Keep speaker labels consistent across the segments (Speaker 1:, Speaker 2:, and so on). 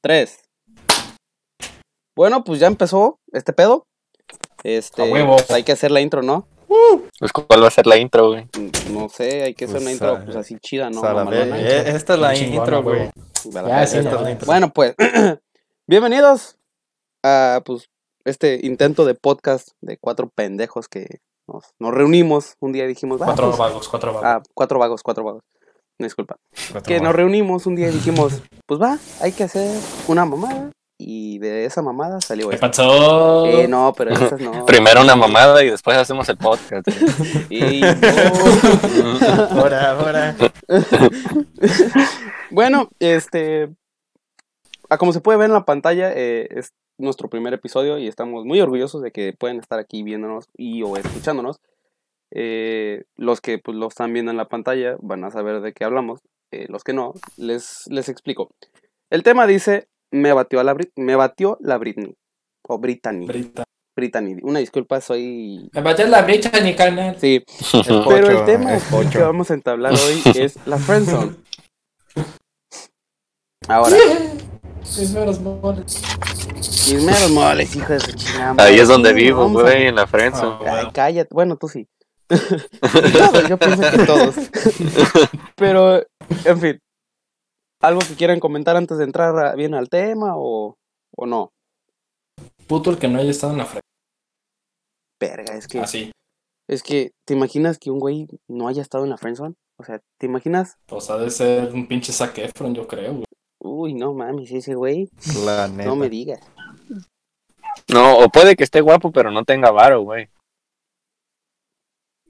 Speaker 1: Tres. Bueno, pues ya empezó este pedo. Este,
Speaker 2: A huevo.
Speaker 1: pues hay que hacer la intro, ¿no?
Speaker 3: Pues cuál va a ser la intro, güey.
Speaker 1: No sé, hay que hacer
Speaker 4: Pues,
Speaker 1: una intro
Speaker 4: ah,
Speaker 1: pues así chida, ¿no?
Speaker 4: Sara, ve,
Speaker 1: Mamalona. Pues,
Speaker 4: eh, esta es la
Speaker 2: Chingona,
Speaker 4: intro, güey.
Speaker 2: huevo.
Speaker 1: A la
Speaker 2: Ya,
Speaker 1: verga.
Speaker 2: sí,
Speaker 4: Esta es
Speaker 2: ya.
Speaker 4: la intro.
Speaker 1: Bueno, pues, bienvenidos a pues este intento de podcast de cuatro pendejos que nos, nos reunimos un día y dijimos, "Ah,
Speaker 2: Cuatro
Speaker 1: pues,
Speaker 2: vagos, cuatro vagos.
Speaker 1: ah, cuatro vagos, cuatro vagos. Disculpa.
Speaker 4: Cuatro
Speaker 1: que
Speaker 4: más.
Speaker 1: nos reunimos un día y dijimos, pues va, hay que hacer una mamada. Y de esa mamada salió
Speaker 2: ¿Qué
Speaker 1: esto.
Speaker 2: pasó?
Speaker 1: Eh, no, pero esas no.
Speaker 3: Ah, Primero una mamada y después hacemos el podcast. güey.
Speaker 1: Y no.
Speaker 4: Ahora, ahora.
Speaker 1: Bueno, este. a como se puede ver en la pantalla, eh, es nuestro primer episodio y estamos muy orgullosos de que pueden estar aquí viéndonos y o escuchándonos. Eh, los que pues, lo están viendo en la pantalla van a saber de qué hablamos. eh, los que no, les, les explico. El tema dice: Me batió, a la, Brit- me batió la Britney. O Brittany.
Speaker 2: Brita.
Speaker 1: Brittany. Una disculpa, soy.
Speaker 2: Me batió la brecha, ni carnal.
Speaker 1: Sí,
Speaker 3: Ah,
Speaker 4: El
Speaker 1: Pero
Speaker 4: pocho,
Speaker 1: el tema
Speaker 4: el
Speaker 1: que
Speaker 4: pocho.
Speaker 1: vamos a entablar hoy es la friendzone. Ahora,
Speaker 2: Mis meros moles.
Speaker 1: mis meros moles, hijo de su chingada.
Speaker 3: Ahí es
Speaker 1: madre.
Speaker 3: donde vivo,
Speaker 1: Vamos a-
Speaker 3: güey, en la
Speaker 2: Ah,
Speaker 3: friendzone.
Speaker 1: Ay, cállate. Bueno, tú sí. Todos, yo pienso que todos. Pero, en fin. ¿Algo que quieran comentar antes de entrar a- bien al tema o, o no?
Speaker 2: Puto el que no haya estado en la Ah, frente.
Speaker 1: Verga, es que,
Speaker 2: Así.
Speaker 1: es que, ¿te imaginas que un güey no haya estado en la friendzone? O sea, ¿te imaginas?
Speaker 2: Pues ha de ser un pinche Zac Efron, yo creo, güey.
Speaker 1: Uy, no mames, ese güey,
Speaker 4: La neta.
Speaker 1: no me digas.
Speaker 3: No, o puede que esté guapo, pero no tenga varo, güey.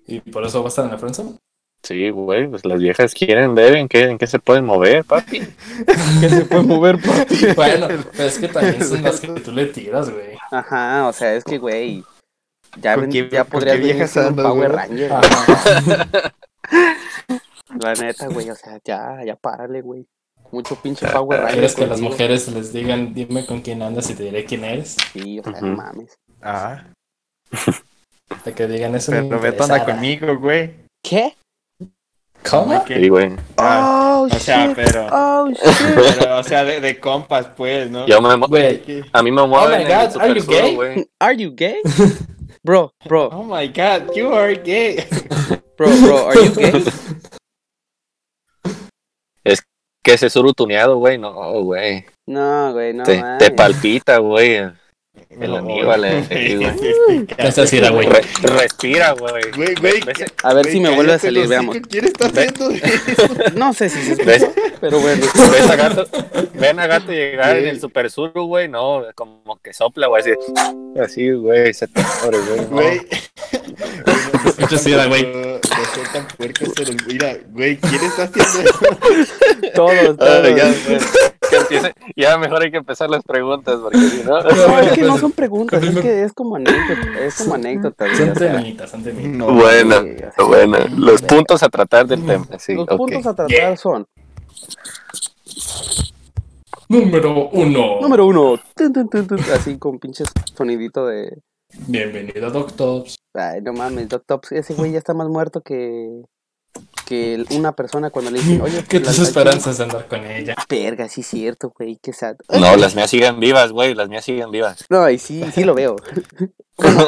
Speaker 2: Y por eso va a estar en la friendzone.
Speaker 3: Sí, güey, pues las viejas quieren ver en qué, en qué se pueden mover, papi.
Speaker 1: Que se puede mover por
Speaker 2: Bueno, pero es que también son las que tú le tiras, güey.
Speaker 1: Ajá, o sea, es que, güey. Ya,
Speaker 4: ¿Con
Speaker 1: ven-
Speaker 4: qué-
Speaker 1: ya
Speaker 4: con
Speaker 1: podrías
Speaker 4: qué
Speaker 1: venir
Speaker 4: viejas
Speaker 1: siendo un
Speaker 4: andas,
Speaker 1: Power
Speaker 4: güey?
Speaker 1: Ranger, güey.
Speaker 2: Ajá.
Speaker 1: La neta, güey, o sea, ya, ya párale, güey. Mucho
Speaker 4: Ah,
Speaker 1: pinche Power Ranger.
Speaker 2: ¿Quieres que las
Speaker 1: contigo.
Speaker 2: mujeres les digan, dime con quién andas y te diré quién eres?
Speaker 1: Sí, o sea,
Speaker 3: Ujú.
Speaker 1: no mames.
Speaker 4: Ah,
Speaker 2: De que digan eso.
Speaker 4: pero Beto anda conmigo, güey.
Speaker 1: ¿Qué?
Speaker 2: ¿Cómo?
Speaker 3: Sí, güey.
Speaker 4: Ah,
Speaker 1: Oh,
Speaker 4: o sea,
Speaker 1: shit.
Speaker 4: pero,
Speaker 1: Oh, shit.
Speaker 4: pero, o sea, de, de compas, pues, ¿no?
Speaker 3: Yo me mo-
Speaker 2: Güey,
Speaker 4: ¿Qué?
Speaker 3: a mí me
Speaker 2: Oh
Speaker 3: mueven
Speaker 2: my
Speaker 3: en el
Speaker 2: God, are you
Speaker 3: supersuelo,
Speaker 2: gay?
Speaker 3: güey.
Speaker 1: Are you gay? Bro, bro,
Speaker 4: Oh my god, you are gay.
Speaker 1: bro, bro, are you gay?
Speaker 3: Que ese surutuneado, güey, no, güey.
Speaker 1: No, güey, no
Speaker 3: te,
Speaker 1: mames.
Speaker 3: te palpita, güey. El
Speaker 4: No,
Speaker 3: aníbal, el
Speaker 4: güey.
Speaker 1: Pues
Speaker 2: Esa sí era, güey.
Speaker 3: Re- respira, güey.
Speaker 4: Güey, güey.
Speaker 3: Ves-
Speaker 1: A ver si
Speaker 4: Güey,
Speaker 1: me vuelve a
Speaker 4: cállate
Speaker 1: salir,
Speaker 4: los
Speaker 1: veamos.
Speaker 4: hocico, ¿Quién está haciendo
Speaker 1: No sé si se
Speaker 3: ¿Ves?
Speaker 1: escucha, pero bueno.
Speaker 3: Ves a gato, ven a gato llegar en el Super Sur, güey, no, como que sopla, güey, así, así, güey, se te abre, güey. no.
Speaker 4: Güey.
Speaker 2: Esa sí era, güey.
Speaker 4: Lo sueltan puercos, pero mira, güey, ¿quién está haciendo eso?
Speaker 1: Todos,
Speaker 3: Ah,
Speaker 1: todos.
Speaker 3: ya, güey. Que empiece- ya mejor hay que empezar las preguntas, porque si no...
Speaker 1: No, es que no son preguntas, es que es como anécdota, es como anécdota. güey,
Speaker 2: Son
Speaker 1: o sea,
Speaker 2: temitas, son temitas.
Speaker 4: No,
Speaker 3: Bueno,
Speaker 1: sí, o sea,
Speaker 3: bueno, los puntos a tratar del tema, sí,
Speaker 1: Los
Speaker 3: ok.
Speaker 1: puntos a tratar son
Speaker 2: Número uno.
Speaker 1: número uno, tun, tun, tun, tun, así con pinches sonidito de
Speaker 2: Bienvenido, doctor.
Speaker 1: ay no mames, Doc Tops, ese güey ya está más muerto que que el- una persona cuando le dicen, oye,
Speaker 2: ¿Qué
Speaker 1: la-
Speaker 2: tus
Speaker 1: la-
Speaker 2: esperanzas de andar con ella?
Speaker 1: Verga, sí es cierto, güey, que sad.
Speaker 3: No, las mías siguen vivas, güey, las mías siguen vivas.
Speaker 1: No, y sí, sí lo veo. Bueno,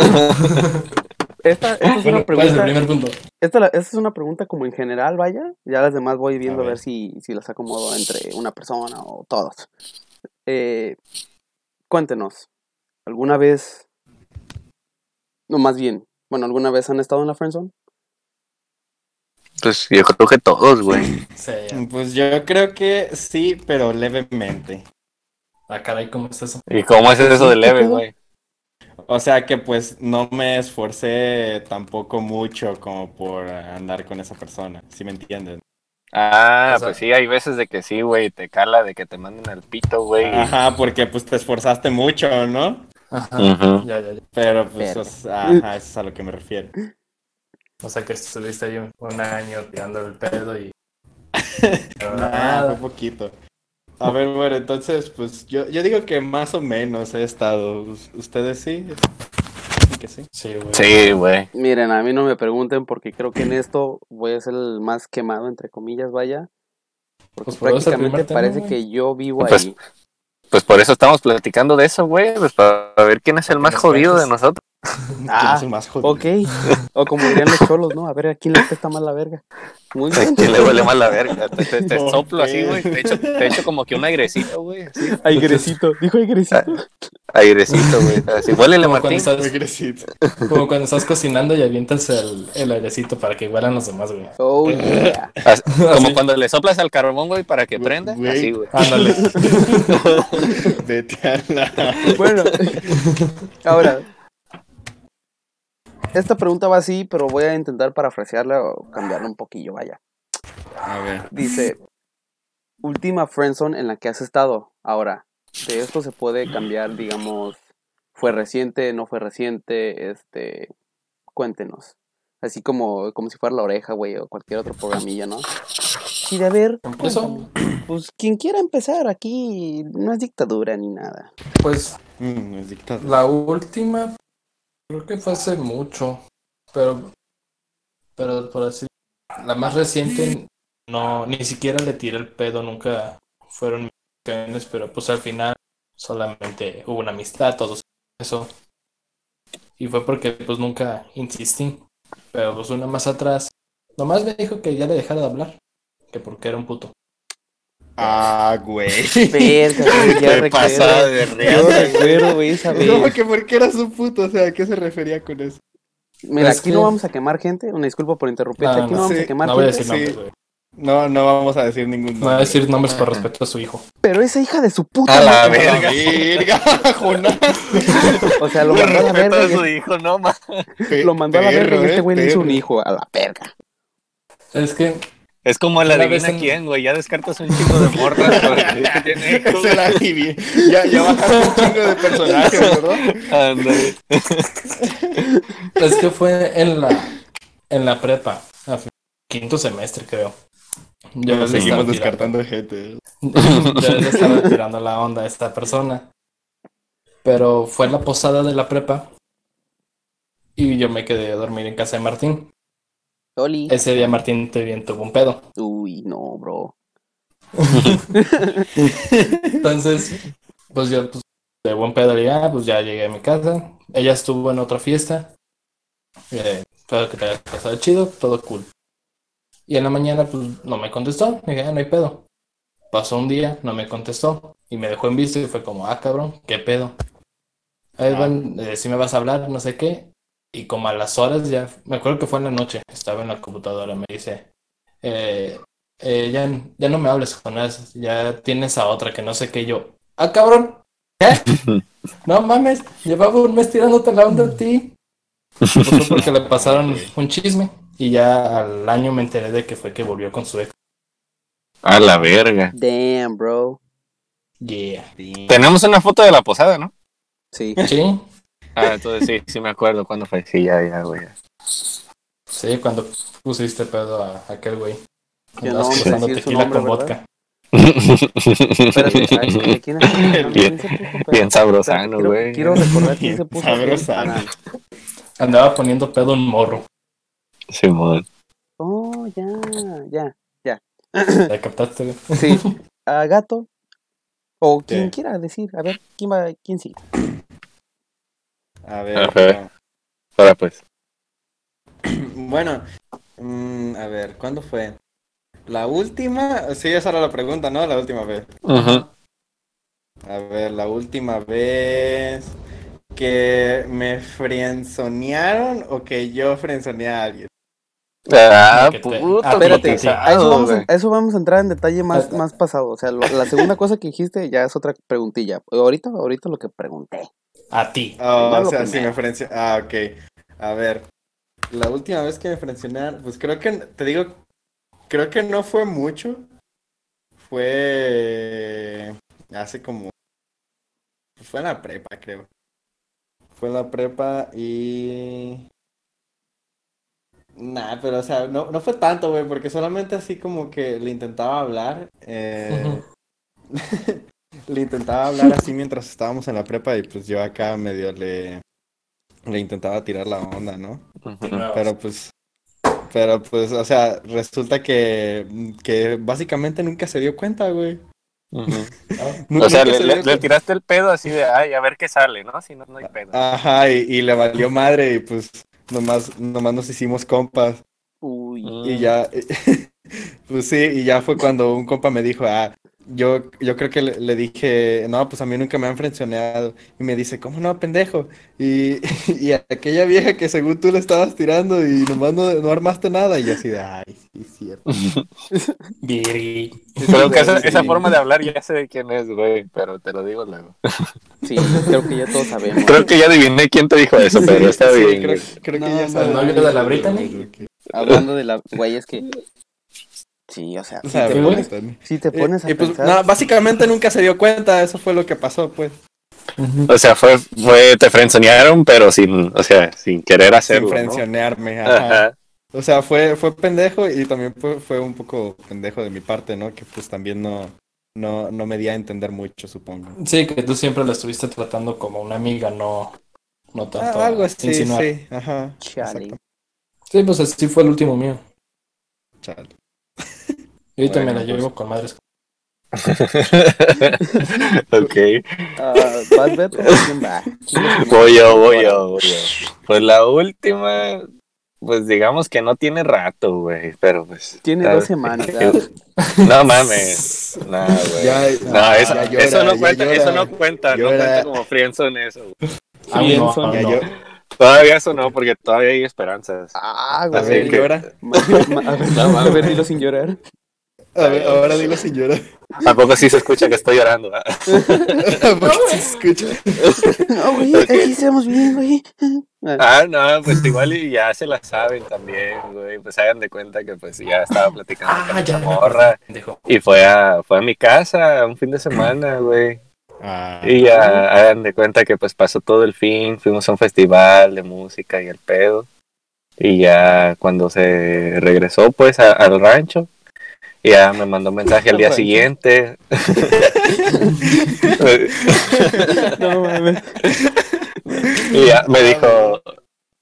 Speaker 1: esta, esta es
Speaker 2: Bueno,
Speaker 1: una
Speaker 2: ¿cuál es el
Speaker 1: pregunta.
Speaker 2: primer punto?
Speaker 1: Esta, la- esta es una pregunta como en general, vaya. Ya las demás voy viendo a
Speaker 2: ver.
Speaker 1: ver, si, si las acomodo entre una persona o todos. Eh, cuéntenos, ¿alguna vez, no más bien, bueno, ¿alguna vez han estado en la friendzone?
Speaker 3: Pues yo creo que todos, güey.
Speaker 2: Sí,
Speaker 4: Pues yo creo que sí, pero levemente.
Speaker 2: ah, caray, ¿cómo es eso?
Speaker 3: ¿Y cómo es eso de leve, güey?
Speaker 4: O sea que pues no me esforcé tampoco mucho como por andar con esa persona, si me entienden.
Speaker 3: Ah,
Speaker 2: O sea-
Speaker 3: pues sí, hay veces de que sí, güey, te cala de que te manden al pito, güey.
Speaker 4: Ajá, porque pues te esforzaste mucho, ¿no?
Speaker 2: Ajá.
Speaker 3: Ujú.
Speaker 2: Ya, ya, ya.
Speaker 4: Pero pues,
Speaker 1: Pero.
Speaker 4: o sea, ajá, eso es a lo que me refiero.
Speaker 2: O sea que estuviste ahí un, un año tirando el pedo y.
Speaker 4: Ah,
Speaker 2: Nada.
Speaker 4: fue poquito. A ver, bueno, entonces, pues yo, yo digo que más o menos he estado. ¿Us- ¿Ustedes sí? Dicen que sí?
Speaker 2: Sí, güey.
Speaker 3: Sí, güey.
Speaker 1: Miren, a mí no me pregunten porque creo que en esto voy a ser el más quemado, entre comillas, vaya. Porque
Speaker 2: Pues por eso el
Speaker 1: prácticamente
Speaker 2: primer tema,
Speaker 1: parece
Speaker 2: güey.
Speaker 1: que yo vivo
Speaker 3: Pues-
Speaker 1: ahí.
Speaker 3: Pues por eso estamos platicando de eso, güey. Pues para ver quién es el más
Speaker 2: nos
Speaker 3: jodido de
Speaker 2: cuentes.
Speaker 3: nosotros.
Speaker 1: Ah,
Speaker 4: es el más jodido?
Speaker 1: Ok. O como dirían los cholos, ¿no? A ver, ¿a quién le está mal la verga? Muy bien.
Speaker 3: Que le huele mal la verga. Te, te- te
Speaker 4: No,
Speaker 3: soplo así, güey.
Speaker 4: güey.
Speaker 3: Te echo, te echo como que un airecito, güey. así.
Speaker 1: Aigrecito. Dijo aigrecito.
Speaker 3: Airecito, güey. Así, huélele,
Speaker 2: Como cuando,
Speaker 3: Martín.
Speaker 2: estás,
Speaker 4: Regresito.
Speaker 2: como cuando estás cocinando y avientas el, el airecito para que igualan los demás, güey.
Speaker 1: Oh, yeah.
Speaker 3: Así- como cuando le soplas al carbón, güey, para que
Speaker 4: Güey.
Speaker 3: prenda. Así, güey. ah,
Speaker 2: Ándale.
Speaker 4: Vete a la...
Speaker 1: Bueno, ahora. Esta pregunta va así, pero voy a intentar parafrasearla o cambiarla un poquillo, vaya.
Speaker 4: A ver.
Speaker 1: Dice, última friendzone en la que has estado. Ahora, de esto se puede cambiar, digamos, fue reciente, no fue reciente, este, cuéntenos. Así como, como si fuera la oreja, güey, o cualquier otro programilla, ¿no? Y de haber,
Speaker 2: Incluso,
Speaker 1: pues quien quiera empezar aquí, no es dictadura ni nada.
Speaker 2: pues,
Speaker 4: Mm, es dictado.
Speaker 2: la última, creo que fue hace mucho, pero, pero por así, la más reciente, no, ni siquiera le tiré el pedo, nunca fueron canciones, pero pues al final solamente hubo una amistad, todo eso, y fue porque pues nunca insistí, pero pues una más atrás, nomás me dijo que ya le dejara de hablar, que porque era un puto.
Speaker 4: Ah, güey.
Speaker 1: Verga, güey, ya
Speaker 3: Te pasada
Speaker 1: recuerdo.
Speaker 3: de
Speaker 1: Yo
Speaker 3: real.
Speaker 1: recuerdo, güey, esa
Speaker 4: No,
Speaker 1: vez.
Speaker 4: que por qué era su puto, o sea, ¿a qué se refería con eso?
Speaker 1: Mira,
Speaker 2: Es
Speaker 1: aquí
Speaker 2: que-
Speaker 1: no vamos a quemar gente. Una disculpa por interrumpirte.
Speaker 2: No,
Speaker 1: Aquí
Speaker 2: no,
Speaker 1: no vamos
Speaker 4: sí.
Speaker 1: a quemar
Speaker 2: No voy a
Speaker 1: gente.
Speaker 2: decir nombres,
Speaker 4: sí.
Speaker 2: güey.
Speaker 4: No, no vamos a decir ningún
Speaker 2: No voy a
Speaker 4: nombre.
Speaker 2: decir nombres por respeto a su hijo.
Speaker 1: Pero esa hija de su puta
Speaker 3: A la
Speaker 1: madre.
Speaker 3: verga.
Speaker 4: Verga, Jonás.
Speaker 1: O sea, lo
Speaker 3: Con
Speaker 1: mandó a la
Speaker 3: respeto
Speaker 1: verga.
Speaker 3: a
Speaker 1: y
Speaker 3: su hijo, no más.
Speaker 1: este- Lo mandó a la verga y
Speaker 4: Perro,
Speaker 1: este
Speaker 4: eh,
Speaker 1: güey le hizo un
Speaker 4: perro.
Speaker 1: hijo. A la verga.
Speaker 2: Es que
Speaker 3: Es como la
Speaker 2: Una vez
Speaker 3: adivina
Speaker 2: en-
Speaker 3: quién, güey. Ya descartas un chico de morras. güey. Tiene hijos,
Speaker 4: Se la alivié. Ya, ya bajaste un chingo de personajes, ¿verdad?
Speaker 3: Ándale.
Speaker 2: Es que fue en la, en la prepa, a fin- quinto semestre, creo. Yo
Speaker 4: Ya
Speaker 2: les
Speaker 4: seguimos
Speaker 2: estaba
Speaker 4: descartando gente.
Speaker 2: tirando- yo les estaba tirando la onda a esta persona. Pero fue en la posada de la prepa y yo me quedé a dormir en casa de Martín.
Speaker 1: Oli.
Speaker 2: Ese día Martín te bien tuvo un pedo.
Speaker 1: Uy, no, bro.
Speaker 2: Entonces, pues yo pues, de buen pedo ya, pues ya llegué a mi casa. Ella estuvo en otra fiesta. Eh, espero que te haya pasado chido, todo cool. Y en la mañana, pues no me contestó. Dije, "Ah, no hay pedo. Pasó un día, no me contestó. Y me dejó en visto y fue como, ah, cabrón, qué pedo. Ahí van, eh, si me vas a hablar, no sé qué. Y como a las horas ya, me acuerdo que fue en la noche, estaba en la computadora, me dice, eh, eh, ya, ya no me hables, Jonás. Ya tienes a otra que no sé qué. Y Yo, ah, cabrón. ¿eh? No mames, llevaba un mes tirándote la onda a ti. Pues fue porque le pasaron un chisme. Y ya al año me enteré de que fue que volvió con su ex.
Speaker 3: A la verga.
Speaker 1: Damn, bro.
Speaker 2: Yeah.
Speaker 3: Tenemos una foto de la posada, ¿no?
Speaker 1: Sí.
Speaker 2: Sí,
Speaker 3: Ah, entonces sí, sí me acuerdo cuándo fue. Sí, ya, ya, güey.
Speaker 2: sí, cuando pusiste pedo a a aquel güey.
Speaker 1: Que no
Speaker 2: Andabas
Speaker 1: vamos a
Speaker 2: cruzando
Speaker 1: decir su
Speaker 2: tequila
Speaker 1: nombre,
Speaker 2: con
Speaker 1: ¿verdad?
Speaker 2: vodka.
Speaker 1: Espérate. ay, ¿de quién estás hablando? Ese puto
Speaker 3: Bien-
Speaker 1: pedo.
Speaker 3: Bien
Speaker 1: Espérate,
Speaker 3: sabrosano,
Speaker 1: quiero-
Speaker 3: güey.
Speaker 1: Quiero recordar quién se puso.
Speaker 4: Bien
Speaker 1: así.
Speaker 4: sabrosano.
Speaker 1: Ah,
Speaker 2: Andaba poniendo pedo un morro.
Speaker 3: Simón.
Speaker 1: Oh, ya, ya.
Speaker 2: ¿La captaste? güey?
Speaker 1: Sí. A gato. O quien
Speaker 4: Sí.
Speaker 1: quiera decir. A ver, ¿quién va? ¿Quién sí?
Speaker 4: A
Speaker 3: Ajá.
Speaker 4: ver.
Speaker 3: Ahora pues.
Speaker 4: Bueno, mm, a ver, ¿cuándo fue? La última, sí, esa era la pregunta, ¿no? La última vez.
Speaker 3: Ajá.
Speaker 4: A ver, la última vez que me frienzonearon o que yo frenzoneé a alguien.
Speaker 3: Ah,
Speaker 2: Que te-
Speaker 3: puto.
Speaker 2: ah,
Speaker 1: Espérate,
Speaker 2: Fíjate,
Speaker 1: a eso, vamos a,
Speaker 3: güey.
Speaker 1: a eso vamos a entrar en detalle
Speaker 3: Ah,
Speaker 1: más,
Speaker 2: Hasta-
Speaker 1: más pasado. O sea, lo- la segunda cosa que dijiste ya es otra preguntilla. Ahorita, ahorita lo que pregunté.
Speaker 2: A ti.
Speaker 4: Ah,
Speaker 1: Yo
Speaker 4: o
Speaker 1: lo
Speaker 4: sea, sí
Speaker 1: primero.
Speaker 4: me frencioné. Ah, ok. A ver, la última vez que me frencionaron, pues creo que, te digo, creo que no fue mucho. Fue hace como... Fue en la prepa, creo. Fue en la prepa y... Nah, pero o sea, no, no fue tanto, güey, porque solamente así como que le intentaba hablar. eh,
Speaker 2: Ujú.
Speaker 4: le intentaba hablar así mientras estábamos en la prepa y pues yo acá medio le, le intentaba tirar la onda, ¿no?
Speaker 1: Ah,
Speaker 3: Ujú.
Speaker 4: Pero pues, pero pues, o sea, resulta que, que básicamente nunca se dio cuenta, güey.
Speaker 2: ¿no?
Speaker 4: Nu-
Speaker 3: O sea,
Speaker 4: nunca
Speaker 3: le,
Speaker 4: se
Speaker 3: le-
Speaker 4: dio
Speaker 3: le
Speaker 4: cuenta.
Speaker 3: tiraste el pedo así de, ay, a ver qué sale, ¿no? Si no, no hay pedo.
Speaker 4: Ajá, y, y le valió madre y pues nomás, nomás nos hicimos compas.
Speaker 1: Uy.
Speaker 4: Y ya,
Speaker 1: Ah.
Speaker 4: pues sí, y ya fue cuando un compa me dijo, ah, yo, yo creo que le, le dije, no, pues a mí nunca me han frenzoneado. Y me dice, ¿cómo no, pendejo? Y, y a aquella vieja que según tú le estabas tirando y nomás no, no armaste nada. Y yo así de, ay, sí, es cierto.
Speaker 2: Virgi.
Speaker 3: Pero que esa,
Speaker 4: Sí.
Speaker 3: esa forma de hablar ya sé de quién es, güey, pero te lo digo luego.
Speaker 1: Sí, creo que ya todos sabemos.
Speaker 3: Creo que ya adiviné quién te dijo eso, pero está
Speaker 4: Sí,
Speaker 3: bien.
Speaker 4: creo,
Speaker 3: güey.
Speaker 4: creo que
Speaker 1: No,
Speaker 4: ya
Speaker 1: no,
Speaker 4: sabes.
Speaker 2: ¿el novio de la Brittany?
Speaker 1: Hablando de la. Güey, es que. Sí, o sea,
Speaker 4: O
Speaker 1: si
Speaker 3: Ah,
Speaker 4: sea,
Speaker 1: te,
Speaker 2: Sí,
Speaker 1: pones-
Speaker 2: güey.
Speaker 4: Brittany.
Speaker 1: si te
Speaker 4: Eh,
Speaker 1: pones a
Speaker 4: y pues,
Speaker 1: pensar.
Speaker 4: no, básicamente nunca se dio cuenta, eso fue lo que pasó, pues.
Speaker 3: O sea, fue, fue, te frenzonearon, pero sin, o sea, sin querer hacerlo.
Speaker 4: sin
Speaker 3: ¿no?
Speaker 4: frencionearme, ajá.
Speaker 3: Ajá.
Speaker 4: O sea, fue, fue pendejo y también fue, fue un poco pendejo de mi parte, ¿no? Que pues también no, no, no me di a entender mucho, supongo.
Speaker 2: Sí, que tú siempre la estuviste tratando como una amiga, no, no
Speaker 4: Ah,
Speaker 2: tanto
Speaker 4: algo así,
Speaker 2: insinuar.
Speaker 4: sí, ajá.
Speaker 1: Chale.
Speaker 4: Exacto,
Speaker 2: Sí, pues así fue el último mío.
Speaker 4: chale.
Speaker 2: Y ahorita
Speaker 4: Bueno,
Speaker 2: me la
Speaker 4: pues.
Speaker 2: llevo con madres.
Speaker 3: ok.
Speaker 1: Ah, ¿Vas Beto o quién va? Chinga tu madre.
Speaker 3: Voy yo, voy yo, voy yo. Pues la última, pues digamos que no tiene rato, güey, pero pues.
Speaker 1: Tiene
Speaker 3: ¿sabes?
Speaker 1: dos semanas. ya.
Speaker 3: No mames. No, güey.
Speaker 4: Ya,
Speaker 3: No,
Speaker 4: ya
Speaker 3: eso,
Speaker 4: llora,
Speaker 3: eso no
Speaker 4: ya
Speaker 3: cuenta,
Speaker 4: llora.
Speaker 3: eso no cuenta, no
Speaker 4: Llora.
Speaker 3: cuenta como friendzone eso. güey.
Speaker 2: Aún no,
Speaker 1: Friendzone.
Speaker 2: aún
Speaker 4: Ya
Speaker 2: no.
Speaker 4: yo,
Speaker 3: Todavía eso no, porque todavía hay esperanzas.
Speaker 1: Ah,
Speaker 4: a
Speaker 3: Así
Speaker 4: ver,
Speaker 1: güey.
Speaker 3: que-
Speaker 4: llora.
Speaker 1: Ma- ma- A ver, a ver, dilo sin llorar.
Speaker 4: A ver, ahora digo si llora.
Speaker 3: ¿A poco sí se escucha que estoy llorando? ah?
Speaker 4: Porque se escucha.
Speaker 1: No, güey,
Speaker 3: Ok.
Speaker 1: aquí estamos bien, güey.
Speaker 3: Ah, no, pues igual y ya se la saben también, güey. Pues hagan de cuenta que pues ya estaba platicando
Speaker 2: Ah,
Speaker 3: con
Speaker 2: ya.
Speaker 3: la morra.
Speaker 2: pendejo.
Speaker 3: Y fue a, fue a mi casa un fin de semana, güey.
Speaker 4: Ah,
Speaker 3: Y ya hagan de cuenta que pues pasó todo el fin, fuimos a un festival de música y el pedo. Y ya cuando se regresó pues a- al rancho, ya me mandó un mensaje al día
Speaker 1: Al rancho.
Speaker 3: siguiente.
Speaker 1: No mames.
Speaker 3: y ya me dijo,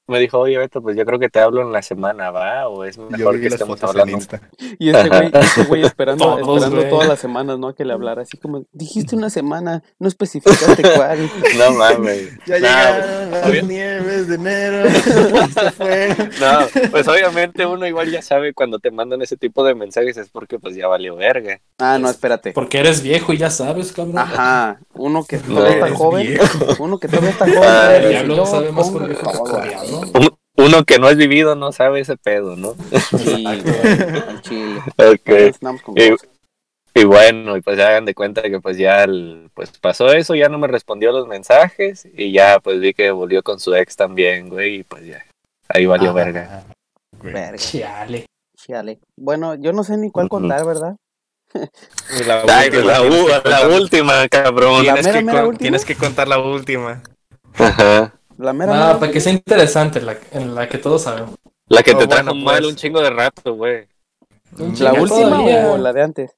Speaker 3: me dijo, oye Beto, pues yo creo que te hablo en la semana, ¿va? O es
Speaker 4: yo
Speaker 3: mejor
Speaker 4: vi
Speaker 3: que
Speaker 4: las
Speaker 3: estemos
Speaker 4: fotos en
Speaker 3: hablando.
Speaker 4: Insta.
Speaker 1: Y este güey, este güey esperando,
Speaker 2: Todos,
Speaker 1: esperando
Speaker 2: güey.
Speaker 1: todas las semanas, ¿no? Que le hablara así como, dijiste una semana, no especificaste cuál.
Speaker 3: No mames.
Speaker 4: Ya
Speaker 3: No,
Speaker 4: llegaron las
Speaker 3: obvio-
Speaker 4: nieves de enero. Se fue.
Speaker 3: No, pues obviamente uno igual ya sabe cuando te mandan ese tipo de mensajes es porque pues ya valió verga.
Speaker 1: Ah, no, espérate.
Speaker 2: Porque eres viejo y ya sabes, cabrón.
Speaker 1: Ajá, uno que
Speaker 3: No,
Speaker 1: todavía está
Speaker 4: eres
Speaker 1: joven, uno que todavía está joven.
Speaker 3: Ah,
Speaker 1: dice,
Speaker 2: El diablo
Speaker 1: yo
Speaker 2: sabe más por
Speaker 1: pongo
Speaker 2: viejo que
Speaker 1: todo.
Speaker 2: por diablo.
Speaker 3: Un- Uno que no has vivido no sabe ese pedo, ¿no?
Speaker 1: Sí, güey, al chile.
Speaker 3: Ok.
Speaker 1: Nos andamos con
Speaker 3: Y-
Speaker 2: Eh,
Speaker 1: cosas.
Speaker 3: Y bueno, y pues ya hagan de cuenta que pues ya el- pues pasó eso, ya no me respondió los mensajes y ya pues vi que volvió con su ex también, güey, y pues ya. Ahí valió
Speaker 4: Ah,
Speaker 3: verga.
Speaker 4: Güey.
Speaker 1: Verga,
Speaker 2: Chale.
Speaker 1: chale. Bueno, yo no sé ni cuál
Speaker 3: Ujú.
Speaker 1: contar, ¿verdad?
Speaker 4: La
Speaker 3: Ay, pues, la,
Speaker 4: última.
Speaker 3: u- la última, cabrón.
Speaker 1: Tienes mera, que mera con- última. tienes
Speaker 4: que contar la última.
Speaker 3: Ajá.
Speaker 1: La mera.
Speaker 2: No,
Speaker 1: mera-
Speaker 2: Ah, para que sea interesante, la, en la que todos sabemos.
Speaker 3: La que
Speaker 4: Oh,
Speaker 3: te trajo
Speaker 4: bueno,
Speaker 3: mal
Speaker 4: pues.
Speaker 3: un chingo de rato, güey.
Speaker 1: ¿La
Speaker 2: Ya
Speaker 1: última
Speaker 2: todavía.
Speaker 1: o la de antes?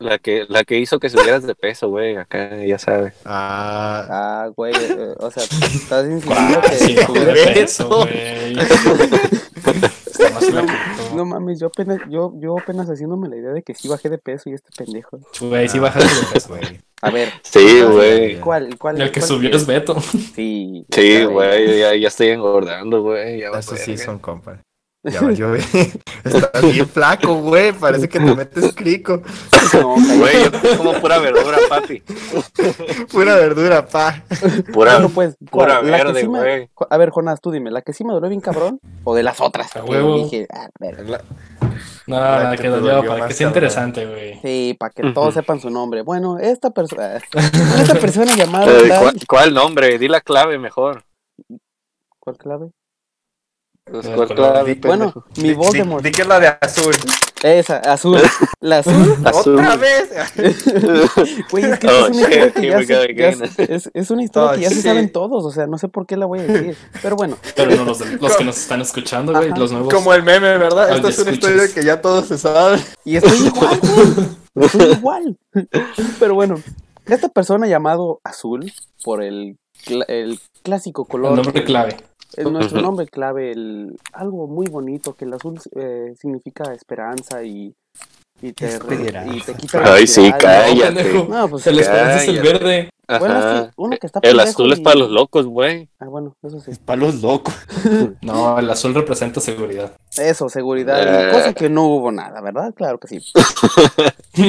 Speaker 3: La que, la que hizo que subieras de peso, güey, acá, ya sabes.
Speaker 4: Ah.
Speaker 1: Ah, güey, eh, o sea, estás insinuando
Speaker 2: Ah, sí,
Speaker 1: que...
Speaker 2: joder,
Speaker 1: tú-
Speaker 2: de peso, güey. Está más flaquito.
Speaker 1: No mames, yo apenas, yo, yo apenas haciéndome la idea de que sí bajé de peso y este pendejo.
Speaker 2: Güey,
Speaker 5: Ah.
Speaker 2: sí bajaste de peso.
Speaker 1: A ver,
Speaker 3: Sí, güey.
Speaker 1: ¿cuál? ¿Cuál?
Speaker 2: El que
Speaker 1: cuál
Speaker 2: subió
Speaker 1: quieres?
Speaker 2: es Beto.
Speaker 1: Sí.
Speaker 3: Sí,
Speaker 1: está bien.
Speaker 3: güey, ya, ya estoy engordando, güey. ya
Speaker 5: Eso
Speaker 3: valió
Speaker 5: sí
Speaker 3: verga.
Speaker 5: son compas. Ya valió, güey. Estás bien flaco, güey. Parece que te metes crico.
Speaker 1: No, cállate.
Speaker 3: Güey, yo como pura verdura, papi.
Speaker 5: Pura verdura, pa.
Speaker 3: Pura,
Speaker 1: Bueno, pues,
Speaker 3: pura
Speaker 1: ¿cuál? La que
Speaker 3: verde,
Speaker 1: sí me-
Speaker 3: güey.
Speaker 1: A ver, Jonas, tú dime, ¿la que sí me dolió bien cabrón? ¿O de las otras?
Speaker 2: A
Speaker 1: Que
Speaker 2: huevo.
Speaker 1: Dije, ah, verga.
Speaker 2: No,
Speaker 5: La
Speaker 2: la
Speaker 5: que
Speaker 2: que
Speaker 5: te
Speaker 2: dolió,
Speaker 5: dolió
Speaker 2: para que
Speaker 5: más,
Speaker 2: sea
Speaker 5: cabrón.
Speaker 2: interesante, güey.
Speaker 1: Sí, para que
Speaker 3: Ujú.
Speaker 1: todos sepan su nombre. Bueno, esta persona, esta persona llamada
Speaker 3: Eh,
Speaker 1: tal-
Speaker 3: ¿cuál, cuál nombre? Di la clave mejor.
Speaker 1: ¿Cuál clave?
Speaker 3: Pues,
Speaker 2: El
Speaker 3: ¿Cuál
Speaker 2: color.
Speaker 3: clave?
Speaker 1: Bueno,
Speaker 3: pendejo?
Speaker 1: mi Voldemort.
Speaker 5: Di que es la de azul.
Speaker 1: Esa, azul. La azul.
Speaker 3: Azul.
Speaker 5: ¡Otra vez!
Speaker 1: Güey, es que
Speaker 3: Oh,
Speaker 1: esa es una historia
Speaker 3: shit,
Speaker 1: que
Speaker 3: here
Speaker 1: ya
Speaker 3: we
Speaker 1: se-
Speaker 3: go
Speaker 1: ya
Speaker 3: again.
Speaker 1: se- es, es una historia
Speaker 2: Ah,
Speaker 5: Oh,
Speaker 1: que ya se
Speaker 5: shit.
Speaker 1: saben todos, o sea, no sé por qué la voy a decir. Pero bueno,
Speaker 2: Pero no los, de- los que nos están escuchando, güey.
Speaker 1: Ajá.
Speaker 2: Los nuevos.
Speaker 5: Como el meme, ¿verdad?
Speaker 2: Oye,
Speaker 5: Esta es una
Speaker 2: escuchas.
Speaker 5: historia que ya todos se saben.
Speaker 1: y estoy igual, güey. Estoy igual. Pero bueno, esta persona llamado Azul, por el, cla- el clásico
Speaker 2: El
Speaker 1: color.
Speaker 2: nombre clave.
Speaker 1: El- nuestro
Speaker 3: Ujú.
Speaker 1: nombre clave, el, algo muy bonito, que el azul eh, significa esperanza y Y te,
Speaker 4: Este Gerardo.
Speaker 1: y te quita la
Speaker 3: Ay, sí,
Speaker 1: identidad,
Speaker 3: cállate.
Speaker 2: pendejo.
Speaker 1: ¿no? No, pues
Speaker 2: El esperanza es el
Speaker 3: Cállate.
Speaker 2: verde.
Speaker 1: Bueno,
Speaker 3: Ajá.
Speaker 1: es que uno que está
Speaker 3: El
Speaker 1: pendejo
Speaker 3: azul es
Speaker 1: y-
Speaker 3: para los locos, güey.
Speaker 1: Ah, bueno, eso sí.
Speaker 4: Para los locos.
Speaker 2: No, el azul representa seguridad.
Speaker 1: Eso, seguridad.
Speaker 3: Eh.
Speaker 1: Cosa que no hubo nada, ¿verdad? Claro que sí.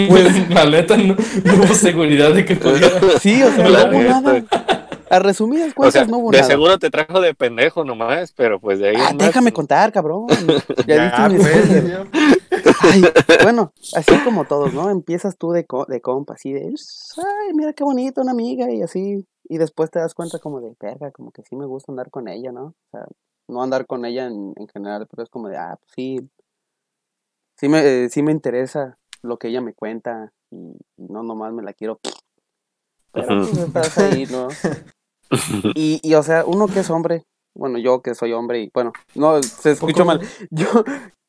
Speaker 2: Pues la neta no, no hubo seguridad de que pudiera.
Speaker 1: Sí, o sea,
Speaker 3: La
Speaker 1: no hubo
Speaker 3: neta.
Speaker 1: nada. A resumidas
Speaker 3: O
Speaker 1: cuentas,
Speaker 3: sea,
Speaker 1: no hubo
Speaker 3: de
Speaker 1: nada.
Speaker 3: seguro te trajo de pendejo nomás, pero pues de ahí.
Speaker 1: Ah,
Speaker 3: en más,
Speaker 1: déjame contar, cabrón. Ya,
Speaker 5: Ya,
Speaker 1: viste mi
Speaker 5: pues.
Speaker 1: spoiler. Ay, bueno, así como todos, ¿no? Empiezas tú de, co- de compa, así de, ay, mira qué bonito, una amiga y así. Y después te das cuenta como de, verga, como que sí me gusta andar con ella, ¿no? O sea, no andar con ella en, en general, pero es como de, ah, pues sí, sí me, eh, sí me interesa lo que ella me cuenta y, y no nomás me la quiero. Pero
Speaker 3: Ujú.
Speaker 1: pues estás ahí, ¿no? Y, y, o sea, uno que es hombre, bueno, yo que soy hombre y, bueno, no, se escuchó mal. Yo,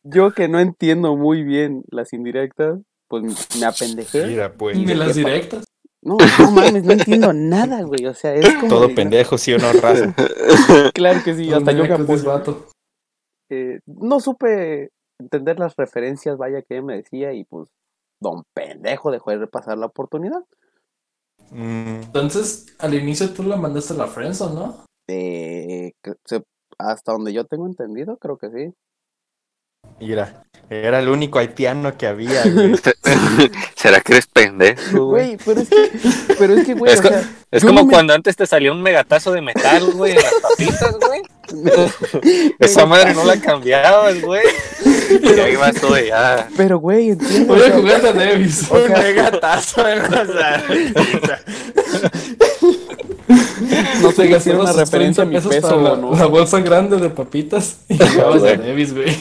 Speaker 1: yo que no entiendo muy bien las indirectas, pues me apendejé.
Speaker 5: Mira, pues.
Speaker 2: Ni las directas.
Speaker 1: No, no mames, no entiendo nada, güey. O sea, es como.
Speaker 4: Todo
Speaker 1: de-
Speaker 4: pendejo, sí o no, raza.
Speaker 1: Claro que sí,
Speaker 2: Los
Speaker 1: hasta yo que
Speaker 2: directos de ese
Speaker 1: apoyo.
Speaker 2: vato.
Speaker 1: Eh, no supe entender las referencias, vaya que me decía, y pues, don pendejo dejó de pasar la oportunidad.
Speaker 4: Mm,
Speaker 2: Entonces, al inicio tú la mandaste a la Friendzone, ¿no?
Speaker 1: Eh, que se- hasta donde yo tengo entendido, creo que sí.
Speaker 4: mira, era el único haitiano que había, güey.
Speaker 3: ¿Será que eres pendejo?
Speaker 1: Güey, pero es que, pero es que, güey,
Speaker 3: Es
Speaker 1: o
Speaker 3: que-
Speaker 1: sea,
Speaker 3: Es
Speaker 1: Yo
Speaker 3: como
Speaker 1: no me-
Speaker 3: cuando antes te salió un megatazo de metal, güey, en las papitas, güey. Esa madre no la cambiabas, güey. Y ahí vas tú de ya.
Speaker 1: pero, güey, entiendo.
Speaker 2: Voy
Speaker 1: o
Speaker 2: a
Speaker 1: sea,
Speaker 2: jugar a Davis.
Speaker 1: O sea,
Speaker 5: gatazo de raza.
Speaker 1: no sé si
Speaker 2: Gasté
Speaker 1: hacer una
Speaker 2: unos
Speaker 1: referencia a
Speaker 2: 30
Speaker 1: mi
Speaker 2: pesos
Speaker 1: peso
Speaker 2: para la,
Speaker 1: o no.
Speaker 2: la bolsa grande de papitas y llegabas
Speaker 3: güey.
Speaker 2: a Davis, güey.